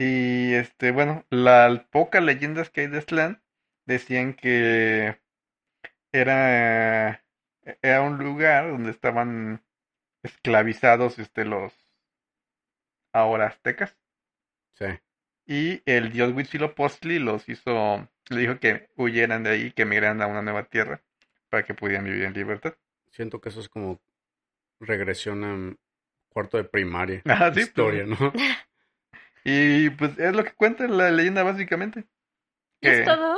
A: Y este, bueno, las pocas leyendas que hay de Aztlán decían que era, eh, era un lugar donde estaban esclavizados este, los ahora aztecas.
C: Sí.
A: Y el dios Huitzilopochtli los hizo, le dijo que huyeran de ahí, que emigraran a una nueva tierra para que pudieran vivir en libertad.
C: Siento que eso es como regresión a cuarto de primaria.
A: Ah, sí, pues,
C: Historia, ¿no?
A: Y pues es lo que cuenta la leyenda básicamente.
B: ¿Y es
A: Que-
B: todo?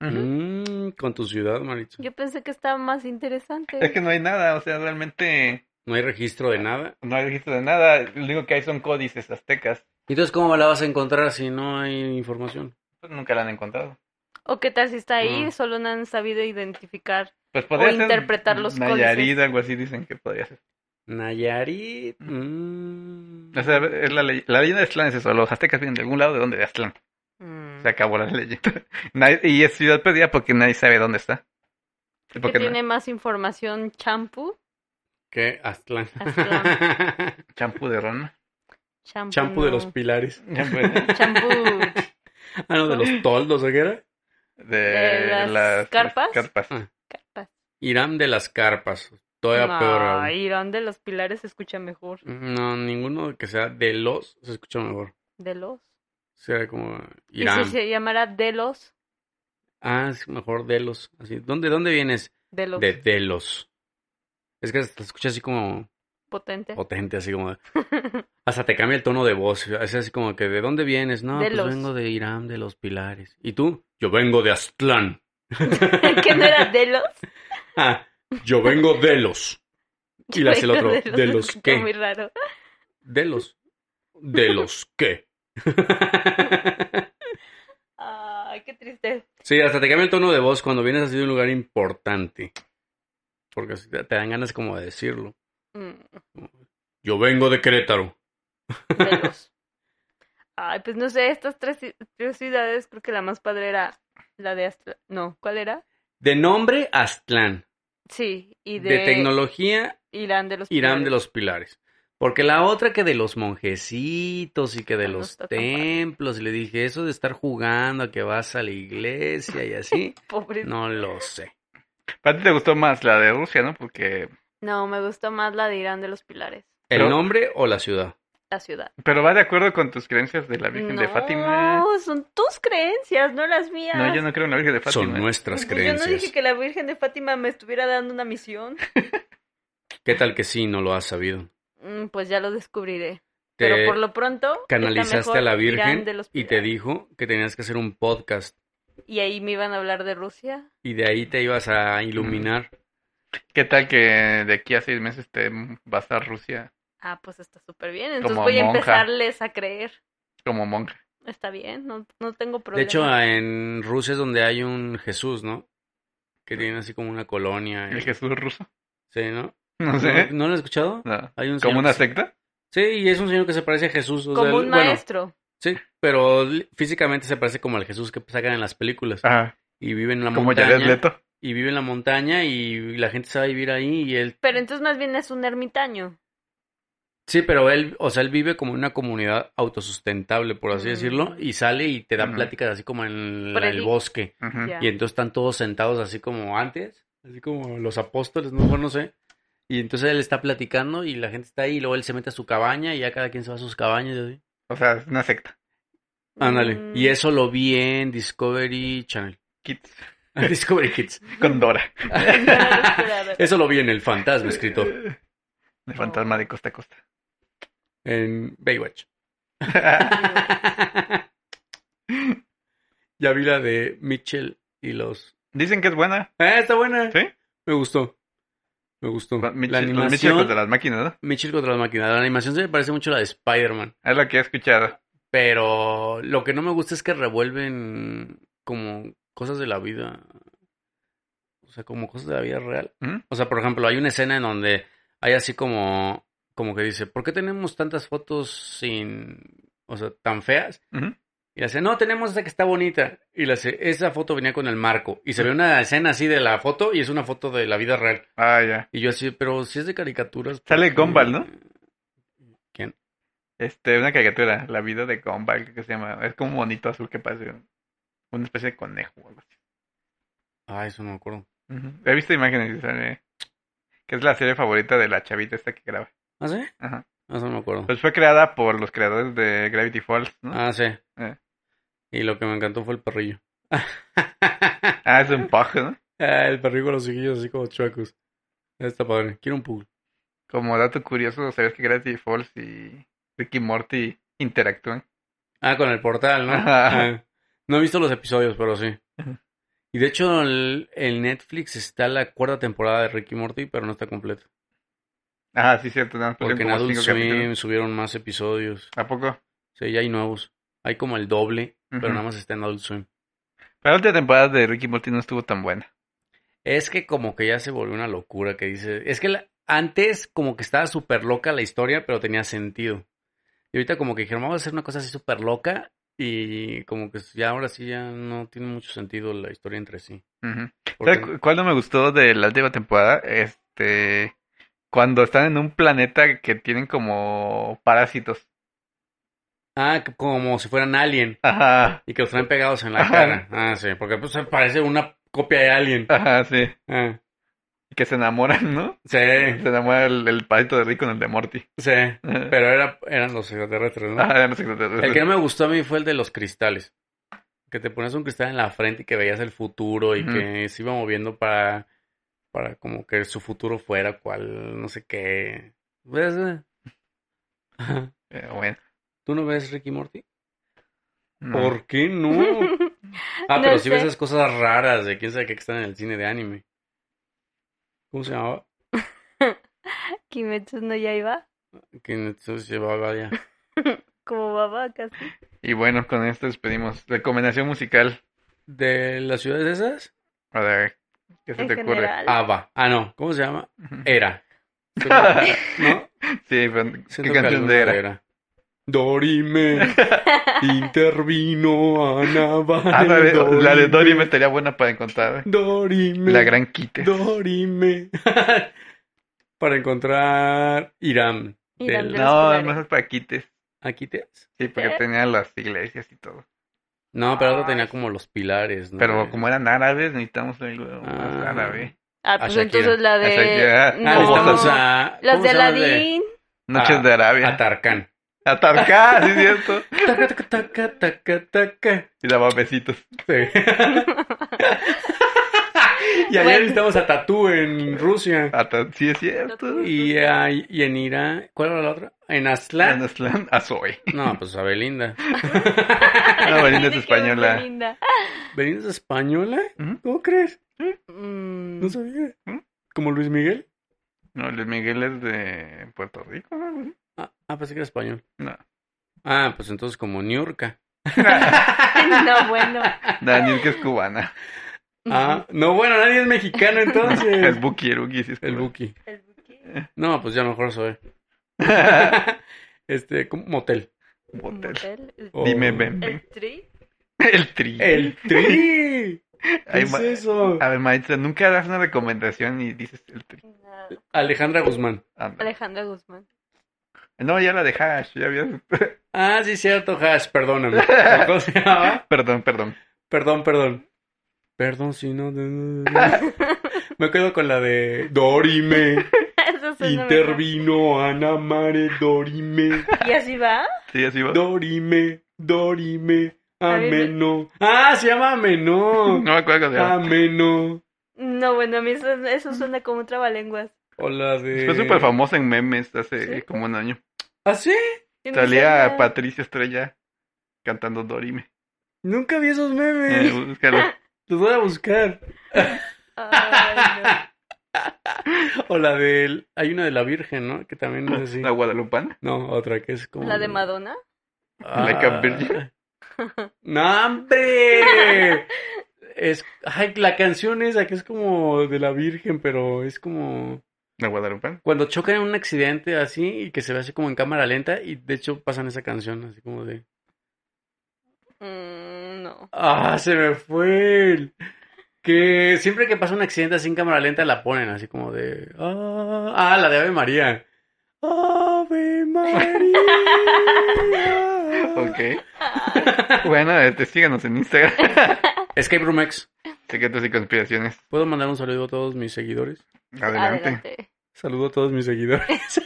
A: Ujú.
C: Mm, con tu ciudad, Maritza.
B: Yo pensé que estaba más interesante.
A: Es que no hay nada, o sea, realmente
C: No hay registro de nada.
A: no hay registro de nada. Lo único que hay son códices aztecas.
C: Entonces, ¿cómo la vas a encontrar si no hay información?
A: Pues nunca la han encontrado.
B: ¿O qué tal si está ahí?
C: Mm.
B: Solo no han sabido identificar.
A: Pues podría ser
B: interpretar los
A: Nayarit,
B: códices.
A: algo así dicen que podría ser.
C: Nayarit. mm.
A: O sea, es la, ley- la leyenda de Aztlán es eso. Los aztecas vienen de algún lado de donde de Aztlán.
B: Mm.
A: Se acabó la leyenda. Nadie- y es ciudad perdida porque nadie sabe dónde está.
B: ¿Qué
A: Porque
B: tiene más información champú?
C: ¿Qué? Aztlán.
B: Aztlán.
A: champú de ron.
B: Champú
C: Champú de
B: no.
C: los pilares.
A: Champú de,
B: Champú.
C: Ah, no, de los toldos, ¿o qué era?
B: De las carpas.
C: Mm.
B: Carpas.
C: Irán de las carpas. Todavía
B: No,
C: peor aún.
B: Irán de los pilares se escucha mejor.
C: No, ninguno que sea de los se escucha mejor.
B: De los.
C: Será como
B: Y
C: Irán.
B: si se llamara de los.
C: Ah, es mejor de los. Así. ¿Dónde, dónde vienes?
B: De los.
C: De, de los. Es que se escucha así como
B: potente.
C: potente, así como... de- Hasta te cambia el tono de voz. Es así como que, ¿de dónde vienes? No,
B: De
C: pues
B: los.
C: vengo de Irán, de los Pilares. ¿Y tú? Yo vengo de Aztlán.
B: que no era de los.
C: Ah, yo vengo de los. Y le hace el otro, ¿de los
B: que
C: qué?
B: Muy raro.
C: De los. De los qué.
B: Ay, qué triste.
C: Sí, hasta te cambia el tono de voz cuando vienes así de un lugar importante. Porque así te te dan ganas como de decirlo.
B: Mm,
C: Yo vengo de Querétaro.
B: de los. Ay, pues no sé, estas tres, ci- tres ciudades, creo que la más padre era la de Astra. No, ¿cuál era?
C: De nombre Aztlán.
B: Sí, y de,
C: De, tecnología
B: Irán de los
C: Irán
B: Pilares.
C: de los Pilares. Porque la otra que de los monjecitos y que de
B: No
C: los
B: está tan padre.
C: templos. Y le dije, eso de estar jugando a que vas a la iglesia y así.
B: Pobres. No.
C: No lo sé.
A: ¿A ti te gustó más la de Rusia, no? Porque...
B: me gustó más la de Irán de los Pilares,
C: ¿El
A: Pero-
C: nombre o la ciudad?
B: la ciudad.
A: Pero va de acuerdo con tus creencias de la Virgen de Fátima.
B: No, son tus creencias, no las mías.
A: No, yo no creo en la Virgen de Fátima.
C: Son nuestras
B: Pues Yo no
C: creencias.
B: dije que la Virgen de Fátima me estuviera dando una misión.
C: ¿Qué tal que sí no lo has sabido?
B: Mm, Pues ya lo descubriré.
C: Te
B: Pero por lo pronto. está
C: canalizaste
B: mejor
C: a la
B: Irán
C: Virgen
B: de los
C: y te
B: Pilares.
C: dijo que tenías que hacer un podcast
B: Y ahí me iban a hablar de Rusia.
C: y de ahí te ibas a
B: Mm,
C: iluminar.
A: ¿Qué tal que de aquí a seis meses te vas a Rusia
B: Ah, pues está súper bien. Entonces
A: Como
B: voy a
A: monja.
B: empezarles a creer.
A: como monja?
B: Está bien, no, no tengo problema.
C: De hecho, en Rusia es donde hay un Jesús, ¿no?
B: Mm.
C: Que tiene así como una colonia. y-
A: ¿El Jesús ruso?
C: Sí, ¿no?
A: No
C: Eh. ¿No,
A: sé.
C: no lo has escuchado?
A: No.
C: Hay
A: ¿Como
C: un señor
A: una
C: que se-
A: secta?
C: Sí, y es un señor que se parece a Jesús. o sea,
B: como
C: él-
B: un
C: bueno,
B: maestro.
C: sí, pero li- físicamente se parece como al Jesús que sacan en las películas.
A: Ajá.
C: Y vive en la
A: Ah, ¿Como Jared
C: montaña.
A: Leto?
C: Y vive en la montaña y la gente sabe vivir ahí y él
B: Pero entonces más bien es un ermitaño.
C: Sí, pero él, o sea, él vive como en una comunidad autosustentable, por así
B: Mm.
C: decirlo, y sale y te da
A: Ujú.
C: pláticas así como en la-
B: Predica.
C: el bosque.
A: Ujú.
B: Ya.
C: Mm, Y entonces están todos sentados así como antes, así como los apóstoles, no, Bueno, no sé. Y entonces él está platicando y la gente está ahí, y luego él se mete a su cabaña y ya cada quien se va a sus cabañas y así.
A: O sea, es una secta.
C: Ándale.
B: Mm,
C: Y eso lo vi en Discovery Channel.
A: Kids.
C: Discovery Kids.
A: Con Dora.
B: no era los curadores.
C: Eso lo vi en El Fantasma escrito
A: El fantasma de costa a costa.
C: en Baywatch. ya vi la de Mitchell y los.
A: Dicen que es buena.
C: Ah, está buena.
A: ¿Sí?
C: Me gustó. Me gustó. la
A: Mitchell, los Mitchell
C: animación.
A: contra las máquinas, ¿no?
C: Mitchell contra las máquinas. La animación se me parece mucho a la de Spider-Man.
A: Es lo que he escuchado.
C: Pero lo que no me gusta es que revuelven como cosas de la vida. O sea, como cosas de la vida real.
A: ¿Mm?
C: O sea, por ejemplo, hay una escena en donde hay así como. Como que dice, ¿por qué tenemos tantas fotos sin. O sea, tan feas?
A: Ujú.
C: Y le hace, no, tenemos esa que está bonita. Y le hace, esa foto venía con el marco. Y se ve una escena así de la foto y es una foto de la vida real.
A: Ah, ya.
C: Y yo así, pero si es de caricaturas. ¿por
A: Sale
C: qué?".
A: Gumball, ¿no?
C: ¿Quién?
A: Este, una caricatura. La vida de Gumball, creo que se llama. Es como un monito azul que parece un- una especie de conejo o algo así.
C: Ah, eso no me acuerdo.
A: Ujú. He visto imágenes y sale. Que es la serie favorita de la chavita esta que graba.
C: ¿Ah, sí?
A: Ajá.
C: Ah, Eso no me acuerdo.
A: Pues fue creada por los creadores de Gravity Falls, ¿no?
C: Ah, sí.
A: Eh.
C: Y lo que me encantó fue el perrillo.
A: Ah, es un pug, ¿no?
C: Ah, el perrillo con los ojillos así como chuecos. Está padre. Quiero un pool.
A: Como dato curioso, sabes que Gravity Falls y Ricky Morty interactúan.
C: Ah, con el portal, ¿no?
A: Ajá.
C: Ah. No he visto los episodios, pero sí.
A: Ajá.
C: Y de hecho, el- en Netflix está la cuarta temporada de Ricky Morty, pero no está completa.
A: Ah, sí, cierto, nada más pusieron
C: Porque en
A: como
C: Adult
A: cinco capítulos.
C: Swim subieron más episodios.
A: ¿A poco?
C: Sí, ya hay nuevos. Hay como el doble, pero
A: Ujú.
C: nada más está en Adult Swim.
A: Pero la última temporada de Ricky Morty no estuvo tan buena.
C: Es que como que ya se volvió una locura que dice... Es que la- antes como que estaba súper loca la historia, pero tenía sentido. Y ahorita como que dijeron, vamos a hacer una cosa así súper loca. Y como que ya ahora sí ya no tiene mucho sentido la historia entre sí.
A: Ujú.
C: Porque-
A: ¿Sabes cu- cuál no me gustó de la última temporada? Este, cuando están en un planeta que tienen como parásitos.
C: Ah, que como si fueran alien
A: Ajá,
C: y que los traen pegados en la
A: Ajá.
C: cara. Ah, sí, porque pues parece una copia de alien.
A: ajá, sí.
C: Ah,
A: Que se enamoran, ¿no?
C: sí,
A: Se enamora el, el parásito de Rick con el de Morty.
C: sí.
A: Ajá,
C: Pero era, eran los extraterrestres, ¿no?
A: eran los extraterrestres.
C: El que no me gustó a mí fue el de los cristales. Que te ponías un cristal en la frente y que veías el futuro y
A: Ujú.
C: que se iba moviendo para, para como que su futuro fuera cual, no sé qué. ¿Ves? eh? Ajá.
A: Pero Eh, bueno.
C: ¿Tú no ves Ricky Morty?
A: no.
C: ¿Por qué no? Ah,
B: No
C: pero si ves
B: sé.
C: esas cosas raras de quién sabe qué que están en el cine de anime. ¿Cómo se llamaba?
B: Kimetsu no Yaiba,
C: Que entonces llevaba ya.
B: como baba casi.
A: Y bueno, con esto despedimos. Recomendación musical.
C: ¿De las ciudades esas?
A: A ver, ¿qué se
B: En
A: te ocurre?
B: general.
C: Ava. Ah, no. ¿Cómo se llama?
A: Ujú.
C: Era. ¿No?
A: Sí, pero ¿qué
C: Siento que
A: canción
C: alguna
A: de era?
C: Dorime intervino a Navarre.
A: Ah, la de, la de
C: Dorime.
A: Dory me estaría buena para encontrar. ¿eh?
C: Dorime.
A: La gran quite.
C: Dorime. Para encontrar Irán.
B: Hiram
C: Del-
B: de los
A: No,
B: Culares.
A: no es para quites.
C: ¿Aquí te has?
A: Sí, porque
B: ¿Eh?
A: tenía las iglesias y todo.
C: No, pero otro tenía
B: Ay.
C: como los pilares, ¿no?
A: Pero como eran árabes, necesitamos algo más
C: Ah.
A: árabe.
B: Ah,
C: A
B: pues
C: Shakira.
B: entonces la
A: A
B: de...
A: Shakira.
B: No.
C: Ah, necesitamos a...
B: Las
C: ¿cómo
B: de
C: se llama el
B: Aladdin.
A: Noches
C: Ah,
A: de Arabia.
C: A Tarkan.
A: Atarcá, sí, es cierto.
C: Taca, taca, taca, taca, taca.
A: Y daba besitos.
C: Sí. y ayer
B: Bueno.
C: necesitamos a Tatú en Rusia.
A: Ata- sí, es cierto. Y
C: Y, a- y en Irán... ¿Cuál era la otra? En Aslan.
A: Anaslan Azoy.
C: No, pues a Belinda.
A: Una Belinda es
B: Te quedó muy
A: española.
B: linda.
C: ¿Belinda es española?
A: Ujú.
C: ¿Cómo crees?
B: Mm,
C: No sabía.
A: ¿Mm?
C: ¿Como Luis Miguel?
A: No, Luis Miguel es de Puerto Rico. ¿no?
C: Ah, ah, pensé que era español.
A: No.
C: Ah, pues entonces como Niurka.
B: no, bueno.
A: Daniel, que es cubana.
C: Ah, no, bueno, nadie es mexicano
A: El
C: entonces.
A: Buki, el Buki, sí es
C: El
A: cubano.
C: Buki.
B: El buque.
C: No, pues ya mejor soy. este, como motel.
B: Un
A: Motel. Oh,
B: motel, el-
C: O-
A: Dime, ven, ven.
B: El tri.
A: El tri.
C: El tri. ¿Qué
A: Ay,
C: es
A: ma- Ah.
C: eso?
A: A ver, maestra, nunca das una recomendación y dices el tri.
B: No,
C: Alejandra Guzmán.
A: Anda.
B: Alejandra Guzmán.
A: No, ya la de Hash, ya habías.
C: Ah, sí, cierto, Hash, perdóname. ¿O ¿Cómo se llamaba?
A: perdón, perdón.
C: Perdón, perdón. Perdón si no. Me quedo con la de Dorime.
B: Eso suena mejor.
C: Intervino Ana Mare Dorime.
B: ¿Y así va?
A: Sí, así va.
C: Dorime, Dorime,
B: A mí me-
C: Ameno. Ah, se llama Ameno.
A: No me acuerdo de
C: Ah, Ameno.
B: No, bueno, a mí eso, eso suena como un trabalenguas.
C: O la de.
A: Fue súper famosa en memes hace
B: ¿Sí?
A: como un año.
C: ¿Ah, sí?
B: Yo no
A: Salía
B: sabía.
A: Patricia Estrella cantando Dorime.
C: Nunca vi esos
A: Eh,
C: memes.
A: búscalo.
C: Los voy a buscar.
B: Ay, no.
C: o la del. Hay una de la Virgen, ¿no? Que también es así.
A: Ah, La Guadalupana.
C: No, otra que es como.
B: ¿La
A: Uh.
B: de Madonna?
C: Ah.
A: La Cap Virgen.
C: ¡No, hombre! Es. Ay, la canción esa que es como de la Virgen, pero es como.
A: La Guadalupana.
C: Cuando chocan en un accidente así y que se ve así como en cámara lenta y de hecho pasan esa canción así como de.
B: Mm, no.
C: ¡Ah, se me fue! el- Que siempre que pasa un accidente así en cámara lenta la ponen así como de... ¡Ah, ah, la de Ave María! ¡Ave María!
A: Ok. Bueno, este, síganos en Instagram.
C: Escape Room X.
A: Secretos y conspiraciones.
C: ¿Puedo mandar un saludo a todos mis seguidores?
A: Adelante.
C: Saludo a todos mis seguidores.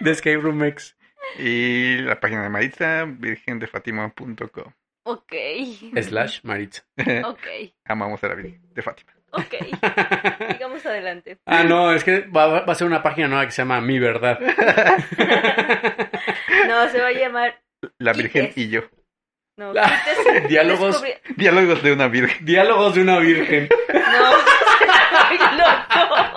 C: De Escape Room X.
A: Y la página de Maritza, virgendefatima.com.
B: Ok.
C: Slash Maritza.
B: Ok.
A: Amamos a la Virgen de Fátima.
B: Ok. Sigamos adelante.
C: Ah, no, es que va, va a ser una página nueva que se llama Mi Verdad.
B: No, se va a llamar.
A: La Virgen
B: Quites.
A: y yo.
B: No,
C: La-
B: quítese.
C: Ah, Diálogos.
B: Descubrí-
A: Diálogos de una Virgen.
C: Diálogos de una virgen.
B: No, estoy loco.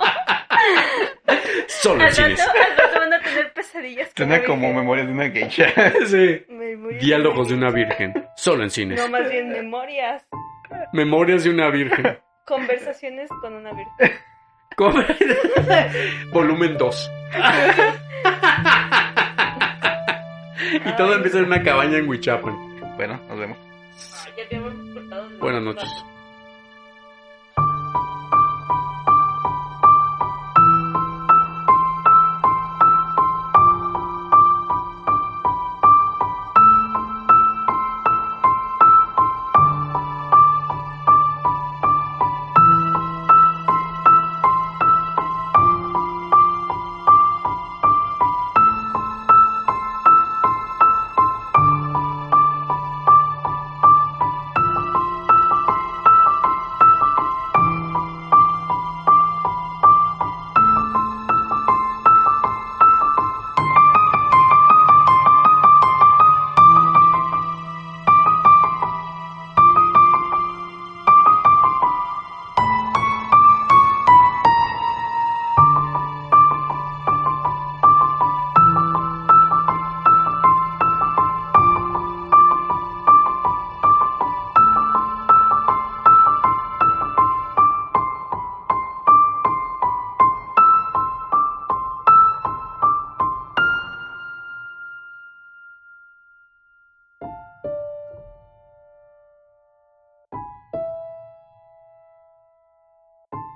C: Solo en
B: Al
C: cines.
B: rato, al rato van a tener pesadillas. con
A: Suena
B: la
A: como
B: Virgen.
A: memorias de una geisha.
C: Sí.
B: Memorias
C: Diálogos de una virgen. Solo en cines.
B: No, más bien memorias.
C: Memorias de una virgen.
B: Conversaciones con una virgen.
C: Come- Volumen 2. Y todo empieza en una cabaña en Huichapan.
A: Bueno, nos vemos.
B: Ya tenemos cortado.
C: Buenas noches.